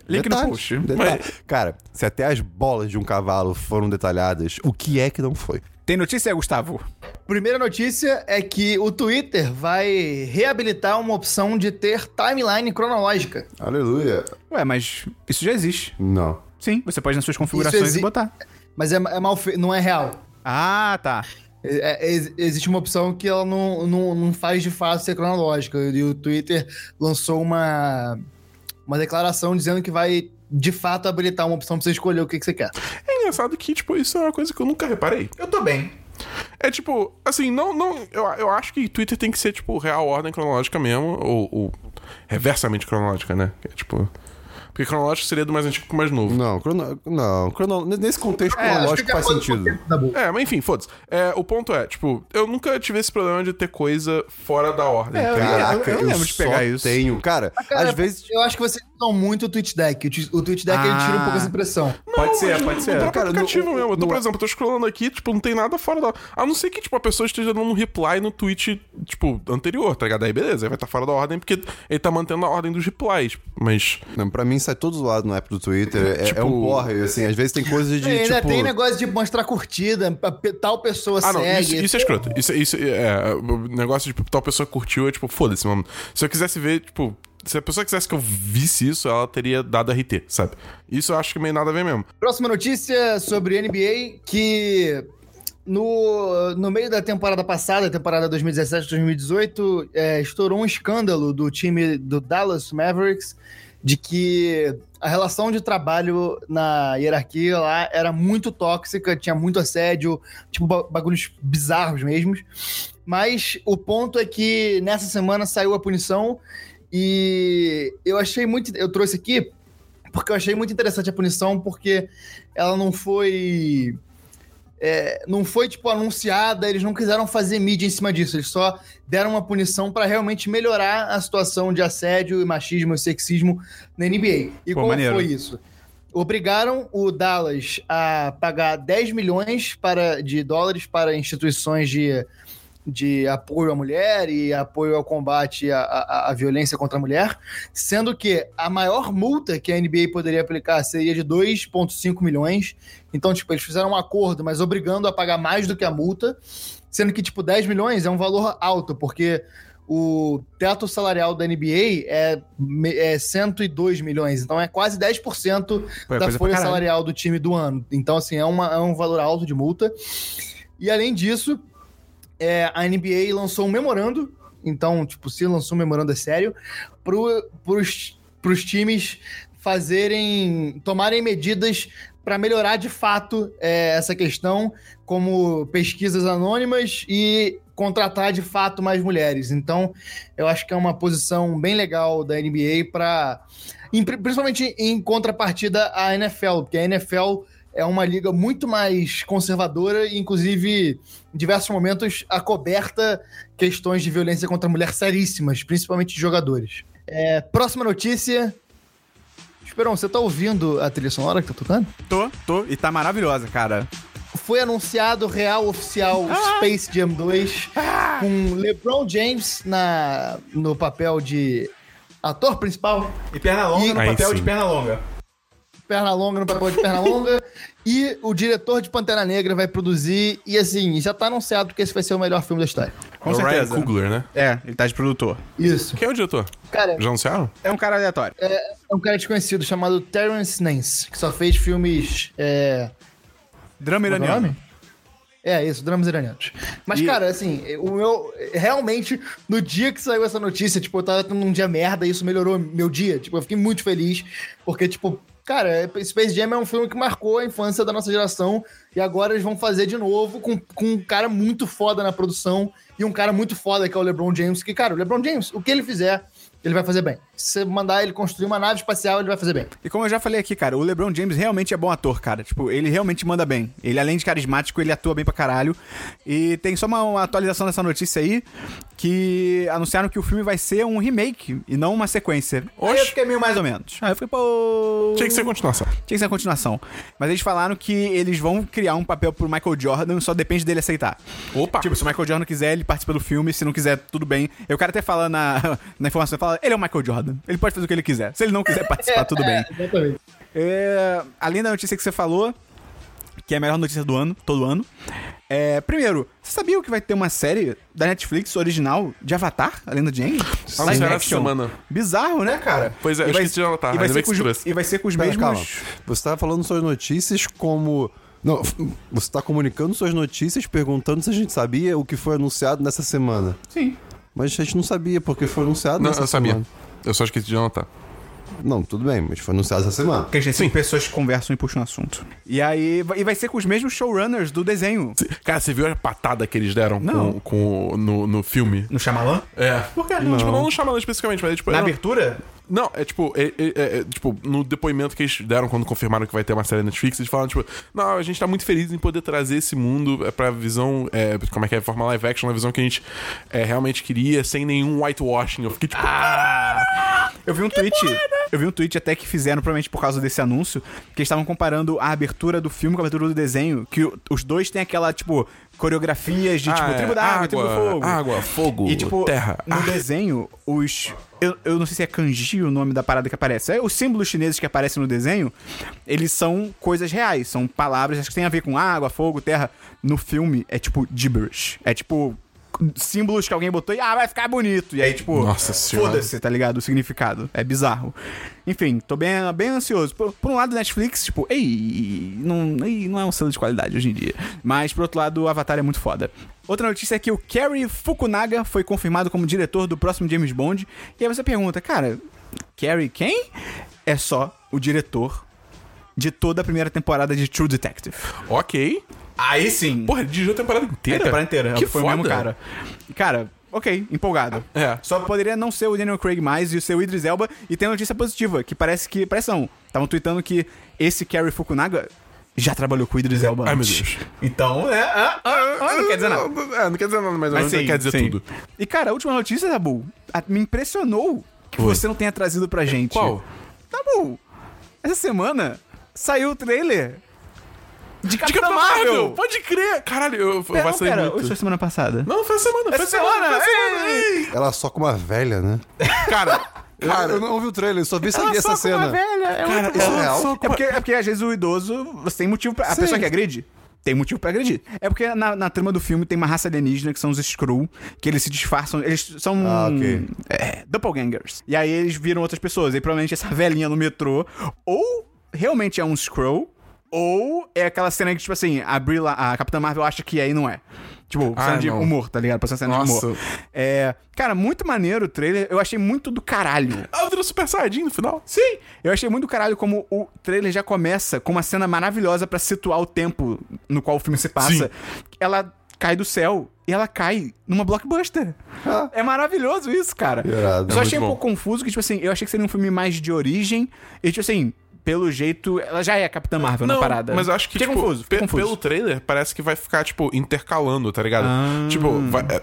Link no
Detalhe,
post.
detalhe.
Mas-
Cara, se até as bolas de um cavalo foram detalhadas, o que é que não foi?
Tem notícia, Gustavo?
Primeira notícia é que o Twitter vai reabilitar uma opção de ter timeline cronológica.
Aleluia.
Ué, mas isso já existe.
Não.
Sim, você pode ir nas suas configurações
exi-
e botar.
Mas é, é mal feito, não é real.
Ah, tá.
É- é- ex- existe uma opção que ela não, não, não faz de fato ser cronológica. E o Twitter lançou uma, uma declaração dizendo que vai de fato habilitar uma opção pra você escolher o que, que você quer.
É engraçado que, tipo, isso é uma coisa que eu nunca reparei.
Eu tô bem.
É tipo, assim, não. não eu, eu acho que Twitter tem que ser, tipo, real ordem cronológica mesmo, ou, ou reversamente cronológica, né? Que é, tipo. Porque cronológico seria do mais antigo pro mais novo.
Não, crono... não crono... nesse contexto
É,
cronológico faz
um
sentido.
É, mas enfim, foda-se. É, o ponto é, tipo, eu nunca tive esse problema de ter coisa fora da ordem.
É, eu-
Caraca,
eu
eu,
lembro de pegar
só
isso.
tenho. Cara,
Cara,
às vezes...
Eu acho que vocês usam muito o TweetDeck. O Twi- O TweetDeck ele tira um pouco essa impressão.
pode ser, pode
O
ser.
próprio
Cara, no-
é aplicativo
o-
mesmo. Eu tô,
no-
por exemplo, eu tô scrollando aqui, tipo, não tem nada fora da. A não ser que, tipo, a pessoa esteja dando um reply no tweet, tipo, anterior, tá ligado? Aí beleza, aí vai estar fora da ordem, porque ele tá mantendo a ordem dos replies. Mas.
Não, pra mim sai todo zoado no app do Twitter. É,
Tipo,
é um porre, assim. Às vezes tem coisas de,
E ainda
tipo...
tem negócio de mostrar curtida, pra- pe- tal pessoa
Ah, não,
segue.
isso, isso é escroto. Isso, isso é. O negócio de tal pessoa curtiu é tipo, foda-se, mano. Se eu quisesse ver, tipo. Se a pessoa quisesse que eu visse isso, ela teria dado RT, sabe? Isso eu acho que meio nada a ver mesmo.
Próxima notícia sobre NBA, que no, no meio da temporada passada, temporada 2017-2018, é, estourou um escândalo do time do Dallas Mavericks de que a relação de trabalho na hierarquia lá era muito tóxica, tinha muito assédio, tipo ba- bagulhos bizarros mesmos. Mas o ponto é que nessa semana saiu a punição e eu achei muito. Eu trouxe aqui porque eu achei muito interessante a punição, porque ela não foi. é, não foi, tipo, anunciada, eles não quiseram fazer mídia em cima disso, eles só deram uma punição para realmente melhorar a situação de assédio e machismo e sexismo na NBA. E
Pô,
qual
maneiro.
foi isso? Obrigaram o Dallas a pagar 10 milhões para, de dólares para instituições de, de apoio à mulher e apoio ao combate à, à- à violência contra a mulher, sendo que a maior multa que a NBA poderia aplicar seria de 2,5 milhões. Então, tipo, eles fizeram um acordo, mas obrigando a pagar mais do que a multa, sendo que, tipo, 10 milhões é um valor alto, porque o teto salarial da NBA é, me- é 102 milhões, então é quase 10%
Pô, é coisa
da
pra
folha
caralho.
salarial do time do ano. Então, assim, é, uma- é um valor alto de multa. E além disso, é, a NBA lançou um memorando. Então, tipo, se lançou um memorando é sério, pro, pros, pros times fazerem. tomarem medidas para melhorar de fato é, essa questão, como pesquisas anônimas e contratar de fato mais mulheres. Então, eu acho que é uma posição bem legal da NBA para, principalmente em contrapartida à NFL, porque a NFL é uma liga muito mais conservadora e, inclusive, em diversos momentos, acoberta questões de violência contra a mulher seríssimas, principalmente de jogadores. É, próxima notícia. Esperão, você tá ouvindo a trilha sonora que tá tocando?
Tô, tô. E tá maravilhosa, cara.
Foi anunciado real oficial Space Jam 2 com LeBron James na, no papel de ator principal.
E perna longa
E-
no
Aí
papel
sim.
de perna longa.
perna longa no papel de perna longa. e o diretor de Pantera Negra vai produzir. E assim, já tá anunciado que esse vai ser o melhor filme da história.
Com
É o
certeza.
Ryan Coogler, né?
É, ele tá de produtor.
Isso.
Quem é o diretor?
Cara,
Já anunciaram?
É um cara aleatório.
é um cara desconhecido chamado Terrence Nance, que só fez filmes. É,
Drama
o
iraniano?
nome? É, isso, dramas iranianos. Mas,
E-
cara, assim, o meu. Realmente, no dia que saiu essa notícia, tipo, eu tava tendo um dia merda e isso melhorou meu dia. Tipo, eu fiquei muito feliz, porque, tipo, cara, Space Jam é um filme que marcou a infância da nossa geração e agora eles vão fazer de novo com, com um cara muito foda na produção e um cara muito foda que é o LeBron James. Que, cara, o LeBron James, o que ele fizer, ele vai fazer bem. Se você mandar ele construir uma nave espacial, ele vai fazer bem.
E como eu já falei aqui, cara, o LeBron James realmente é bom ator, cara. Tipo, ele realmente manda bem. Ele, além de carismático, ele atua bem pra caralho. E tem só uma, uma atualização dessa notícia aí, que anunciaram que o filme vai ser um remake e não uma sequência. Aí eu
Oxe.
fiquei meio mais ou menos. Aí eu fiquei, pô...
Tinha que ser continuação.
Tinha que ser a continuação. Mas eles falaram que eles vão criar um papel pro Michael Jordan, só depende dele aceitar.
Opa!
Tipo, se o Michael Jordan quiser, ele participa do filme. Se não quiser, tudo bem. Eu quero até falar na, na informação, fala, ele é o Michael Jordan. Ele pode fazer o que ele quiser. Se ele não quiser participar, tudo bem.
Exatamente.
É, além da notícia que você falou, que é a melhor notícia do ano, todo ano. é, primeiro, você sabia que vai ter uma série da Netflix original de Avatar, a lenda de Aang?
Anunciaram
Live
essa
action.
semana.
Bizarro, né, cara?
Pois é,
E
eu
vai-
esqueci de anotar,
E vai, ser
ainda bem
com
que
os,
você trouxe.
e vai ser com os
Pera,
mesmos...
calma. Você tá falando suas notícias como. Não, f- você tá comunicando suas notícias perguntando se a gente sabia o que foi anunciado nessa semana.
Sim.
Mas a gente não sabia, porque foi anunciado
Não,
nessa
eu sabia.
semana.
Eu só esqueci de anotar.
Não, tudo bem, mas foi anunciado essa semana.
Porque a gente tem cinco pessoas que conversam e puxam o assunto. E aí, vai- e vai ser com os mesmos showrunners do desenho.
Cara, você viu a patada que eles deram
Não.
com, com o- no, no filme?
No Shyamalan?
É.
Por que não?
Tipo, não no Shyamalan especificamente, mas é, tipo...
Na
é-
abertura?
Não, é tipo, é- é- é- é, tipo, no depoimento que eles deram quando confirmaram que vai ter uma série na Netflix, eles falaram, tipo, não, a gente tá muito feliz em poder trazer esse mundo é, pra visão, é, como é que é, forma live action, a visão que a gente é, realmente queria, sem nenhum whitewashing. Eu fiquei tipo,
Ah, Eu vi um tweet. Eu vi um tweet até que fizeram, provavelmente por causa desse anúncio, que eles estavam comparando a abertura do filme com a abertura do desenho, que o- os dois têm aquela, tipo, coreografias de,
Ah,
tipo,
é.
tribo da água, tribo do fogo.
Água, fogo,
E, tipo,
terra. Ah.
no
ar.
desenho, os... Eu, eu não sei se é kanji o nome da parada que aparece. É, os símbolos chineses que aparecem no desenho, eles são coisas reais, são palavras acho que tem a ver com água, fogo, terra. No filme, é tipo gibberish. É tipo símbolos que alguém botou e, ah, vai ficar bonito. E aí, tipo,
Nossa Senhora.
foda-se você, tá ligado? O significado. É bizarro. Enfim, tô bem, bem ansioso. Por, por um lado, Netflix, tipo, ei, não, ei, não é um selo de qualidade hoje em dia. Mas, por outro lado, o Avatar é muito foda. Outra notícia é que o Cary Fukunaga foi confirmado como diretor do próximo James Bond. E aí você pergunta, cara, Cary quem? É só o diretor de toda a primeira temporada de True Detective.
Ok.
Aí sim.
Porra, ele dirigiu a temporada inteira?
Ah, É, temporada inteira.
Que
foi
foda.
o mesmo cara. Cara, ok, empolgado.
É.
Só poderia não ser o Daniel Craig mais e o seu Idris Elba. E tem uma notícia positiva, que parece que... Parece não. Estavam tweetando que esse Cary Fukunaga já trabalhou com o Idris Elba
Ai, meu
antes.
Deus.
Então, é... ah, ah, ah, não quer dizer nada.
É, não quer dizer nada, mas,
Mas
mas
sim,
quer dizer
sim.
tudo.
E, cara, a última notícia, Dabu, a- me impressionou que
Oi.
você não tenha trazido pra gente.
É, Qual?
Dabu, essa semana saiu o trailer de Capitão,
Capitão
Marvel.
Pode crer! Caralho, eu, eu
Pera, não,
vacilei
pera,
muito.
hoje foi semana passada.
Não, foi a semana, foi é a
Essa
semana,
semana,
foi a semana.
ei!
ei.
Ela só com uma velha, né?
Cara,
Eu- eu não ouvi o trailer, eu só vi sabia essa cena.
Cara,
isso é real?
É porque, é porque às vezes o idoso, você tem motivo pra. A
Sim.
pessoa que agride. Tem motivo pra agredir. É porque na, na trama do filme tem uma raça alienígena que são os Skrull, que eles se disfarçam. Eles são.
Ah, ok.
é, doppelgangers. E aí eles viram outras pessoas. E provavelmente essa velhinha no metrô. Ou realmente é um Skrull. Ou é aquela cena que, tipo assim, a, Brie, La- a Capitã Marvel acha que aí não é. Tipo,
Ah,
cena de
não.
humor, tá ligado? Pra ser cena de
Nossa.
humor. É, cara, muito maneiro o trailer. Eu achei muito do caralho.
Ah, virou Super Saiyajin no final?
Sim! Eu achei muito do caralho como o trailer já começa com uma cena maravilhosa pra situar o tempo no qual o filme se passa. Ela cai do céu e ela cai numa blockbuster. É maravilhoso isso, cara.
Irado.
Só
É
achei um
Ah. muito
pouco confuso que, tipo assim, eu achei que seria um filme mais de origem e, tipo assim, pelo jeito, ela já é a Capitã Marvel na parada.
Mas eu acho que,
Fiquei
tipo,
confuso, fiquei
pe-
confuso.
pelo trailer, parece que vai ficar, tipo, intercalando, tá ligado?
Ah.
Tipo, vai. é,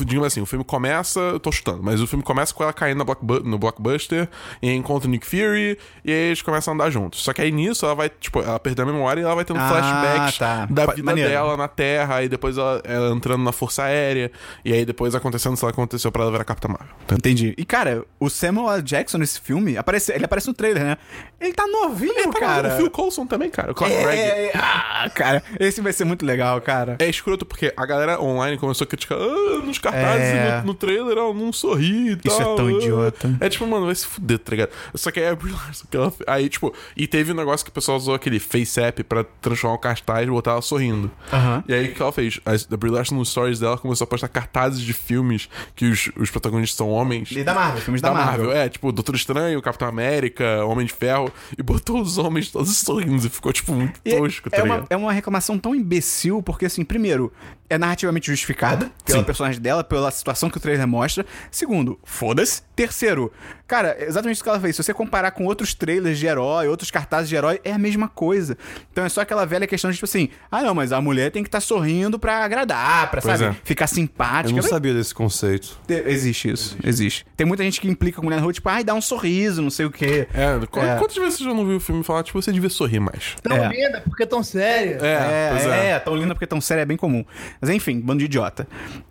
Digamos assim, o filme começa. Eu tô chutando, mas o filme começa com ela caindo na blockbu- no blockbuster e aí encontra o Nick Fury e aí eles começam a andar juntos. Só que aí nisso ela vai, tipo, ela perdeu a memória e ela vai tendo
Ah,
flashbacks
tá.
da
Fa-
vida
maneiro.
dela na Terra e depois ela, ela entrando na Força Aérea e aí depois acontecendo se ela aconteceu pra ela virar Capitã Marvel.
Entendi. E, cara, o Samuel L. Jackson nesse filme, aparece, ele aparece no trailer, né? Ele tá novinho, cara.
o Phil Coulson também, cara. O Clark Gregg.
É, é, ah, cara, esse vai ser muito legal, cara.
É escroto porque a galera online começou a criticar ah, nos cartazes,
É.
e no, no trailer, ela não sorri e tal.
Isso é tão
ah."
idiota.
É tipo, mano, vai se fuder, tá ligado? Só que aí a Brie Larson, que ela- Aí, tipo, e teve um negócio que o pessoal usou aquele face app pra transformar o cartaz e botar ela sorrindo.
Aham.
E aí o que ela fez? A Brie Larson nos stories dela começou a postar cartazes de filmes que os, os protagonistas são homens.
E é da Marvel, filmes da, Marvel.
É, tipo, Doutor Estranho, Capitão América, Homem de Ferro, e botou os homens todos sorrindo e ficou, tipo, muito
E
tosco, tá
é,
ligado?
uma, é uma reclamação tão imbecil, porque, assim, primeiro, é narrativamente justificada pela personagem dela, pela situação que o trailer mostra. Segundo, foda-se. Terceiro, cara, é exatamente isso que ela fez. Se você comparar com outros trailers de herói, outros cartazes de herói, é a mesma coisa. Então é só aquela velha questão de, tipo assim, ah, não, mas a mulher tem que estar sorrindo pra agradar, pra,
Pois
sabe,
é.
ficar
Eu
simpática.
não sabia desse conceito.
Te- Existe isso, existe. Tem muita gente que implica com mulher na rua, tipo, ai, dá um sorriso, não sei o quê.
É, qu-
É.
quantas vezes você já não viu o filme e falar, tipo, você devia sorrir mais?
Tão
É.
linda, porque tão séria.
É, é, é, tão linda porque tão séria é bem comum. Mas enfim, bando de idiota.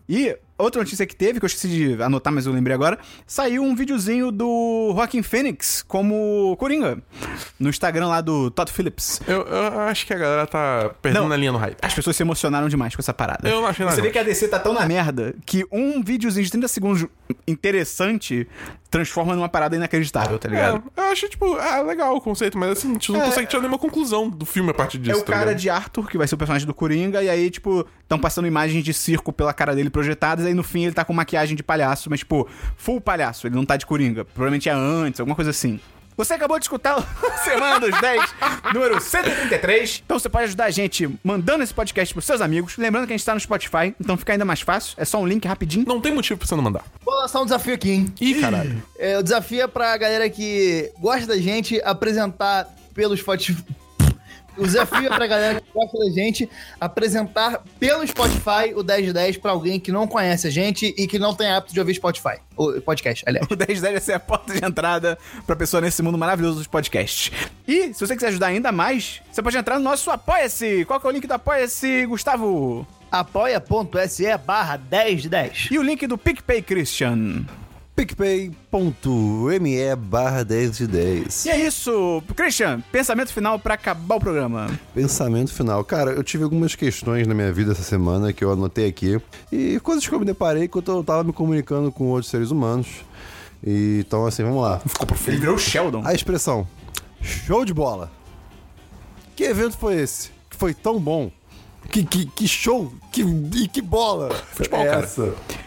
E outra notícia que teve, que eu esqueci de anotar, mas eu lembrei agora, saiu um videozinho do Joaquim Phoenix como Coringa. No Instagram lá do Todd Phillips.
Eu, eu acho que a galera tá perdendo
Não.
a linha no hype.
As pessoas se emocionaram demais com essa parada.
Eu não achei nada
Você vê
demais.
que a DC tá tão na merda que um videozinho de 30 segundos interessante transforma numa parada inacreditável, tá ligado?
É, eu acho, tipo, ah, legal o conceito, mas assim, a gente não consegue tirar nenhuma conclusão do filme a partir disso. tá
é o cara de Arthur, que vai ser o personagem do Coringa, e aí, tipo, estão passando imagens de circo pela cara dele projetadas, e aí no fim ele tá com maquiagem de palhaço, mas, tipo, full palhaço, ele não tá de Coringa. Provavelmente é antes, alguma coisa assim. Você acabou de escutar o Semana dos 10, número 133. Então você pode ajudar a gente mandando esse podcast pros seus amigos. Lembrando que a gente tá no Spotify, então fica ainda mais fácil. É só um link rapidinho.
Não tem motivo pra você não mandar.
Vou lançar um desafio aqui, hein?
Ih, caralho.
É, o desafio é pra galera que gosta da gente apresentar pelos Spotify. O desafio é pra galera que gosta da gente apresentar pelo Spotify o 10 de 10 pra alguém que não conhece a gente e que não tem hábito de ouvir Spotify. Ou podcast, aliás.
O 1010 vai ser a porta de entrada pra pessoa nesse mundo maravilhoso dos podcasts. E, se você quiser ajudar ainda mais, você pode entrar no nosso Apoia-se. Qual que é o link do Apoia-se, Gustavo?
apoia.se barra 10 de 10.
E o link do PicPay, Christian.
picpay.me barra 10 de 10.
E é isso. Christian, pensamento final pra acabar o programa.
Pensamento final. Cara, eu tive algumas questões na minha vida essa semana que eu anotei aqui. E coisas que eu me deparei quando eu tava me comunicando com outros seres humanos. E, então, assim, vamos lá.
Ele virou o Sheldon.
A expressão show de bola. Que evento foi esse? Que foi tão bom? Que, que, que show? Que, e que bola? Futebol,
cara.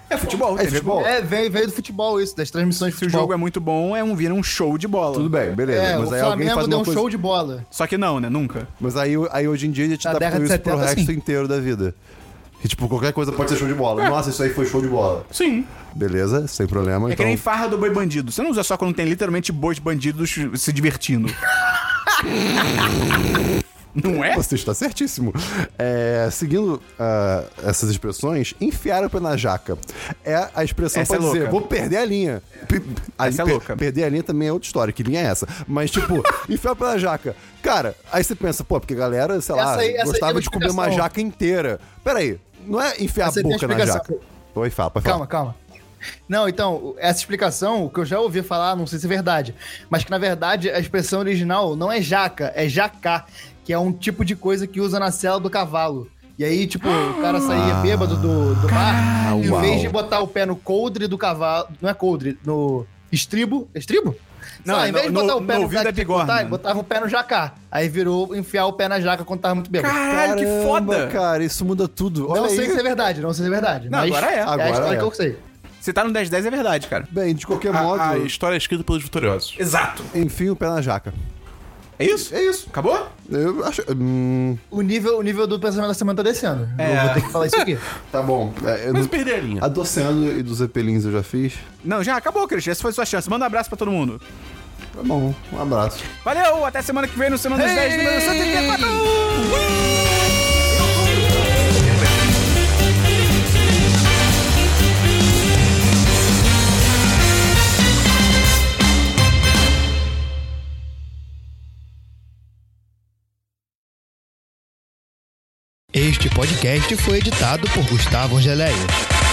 É futebol,
É
teve
futebol.
gol.
É, veio, veio do futebol isso, das transmissões de
Se o
futebol.
jogo é muito bom, é um vira um show de bola.
Tudo bem, beleza.
É,
mas
o
aí alguém
Flamengo
faz
deu
uma
um
coisa...
show de bola.
Só que não, né? Nunca.
Mas aí, aí hoje em dia a gente
Na
adapta
década de
isso pro
70,
resto
sim.
inteiro da vida. E, tipo, qualquer coisa pode ser show de bola. Nossa, isso aí foi show de bola.
Sim.
Beleza, sem
É
problema.
que
então,
nem farra do boi bandido. Você não usa só quando tem literalmente bois bandidos se divertindo. não é?
Você está certíssimo. É, seguindo ah, essas expressões, enfiar o pé na jaca. É a expressão
Essa
pra
é
dizer,
louca.
vou perder a linha. Pe- ali
Essa é
per-
louca.
Perder a linha também é outra história, que linha é essa? Mas, tipo, enfiar o pé na jaca. Cara, aí você pensa, pô, porque a galera, sei lá,
Essa aí- essa aí tem
gostava
uma
de comer uma
explicação.
jaca inteira. Peraí, não é enfiar
Essa
a
aí tem
boca na
explicação.
jaca. Oi, fala, pode falar.
Calma, calma. Não, então, essa explicação, o que eu já ouvi falar, não sei se é verdade, mas que na verdade a expressão original não é jaca, é jacá, que é um tipo de coisa que usa na cela do cavalo. E aí, tipo, o cara
Ah.
saía bêbado do, do bar, e em
Uau.
vez de botar o pé no coldre do cavalo. Não é coldre, no estribo. Estribo?
Não,
Não, ao invés
no-
de botar
no-
o pé
no
no,
ouvido
Jack
é bigorna,
Tiger,
né?
botava o pé no jacá. Aí virou enfiar o pé na jaca quando tava muito bêbado.
Caralho, que
Caramba,
foda!
Cara, isso muda tudo. Olha
não sei
aí.
se é verdade, não sei se é verdade.
Não,
mas
agora é.
É
Agora
a história
é.
que eu sei.
Você tá no 1010 é verdade, cara.
Bem, de qualquer modo,
A, a história é escrita pelos vitoriosos.
Exato.
enfim, o pé na jaca.
É isso? É isso. Acabou?
Eu acho. hum,
O nível, o nível do pensamento da semana tá descendo.
É.
Eu vou ter que falar isso aqui.
tá bom. É, eu
Mas
não-
perder a linha.
A do Oceano e dos Zepelins eu já fiz.
Não, já acabou, Christian. Essa foi sua chance. Manda um abraço pra todo mundo.
Tá bom, um abraço.
Valeu, até semana que vem no Semana dos 10, número 134.
Este podcast foi editado por Gustavo Angeléia.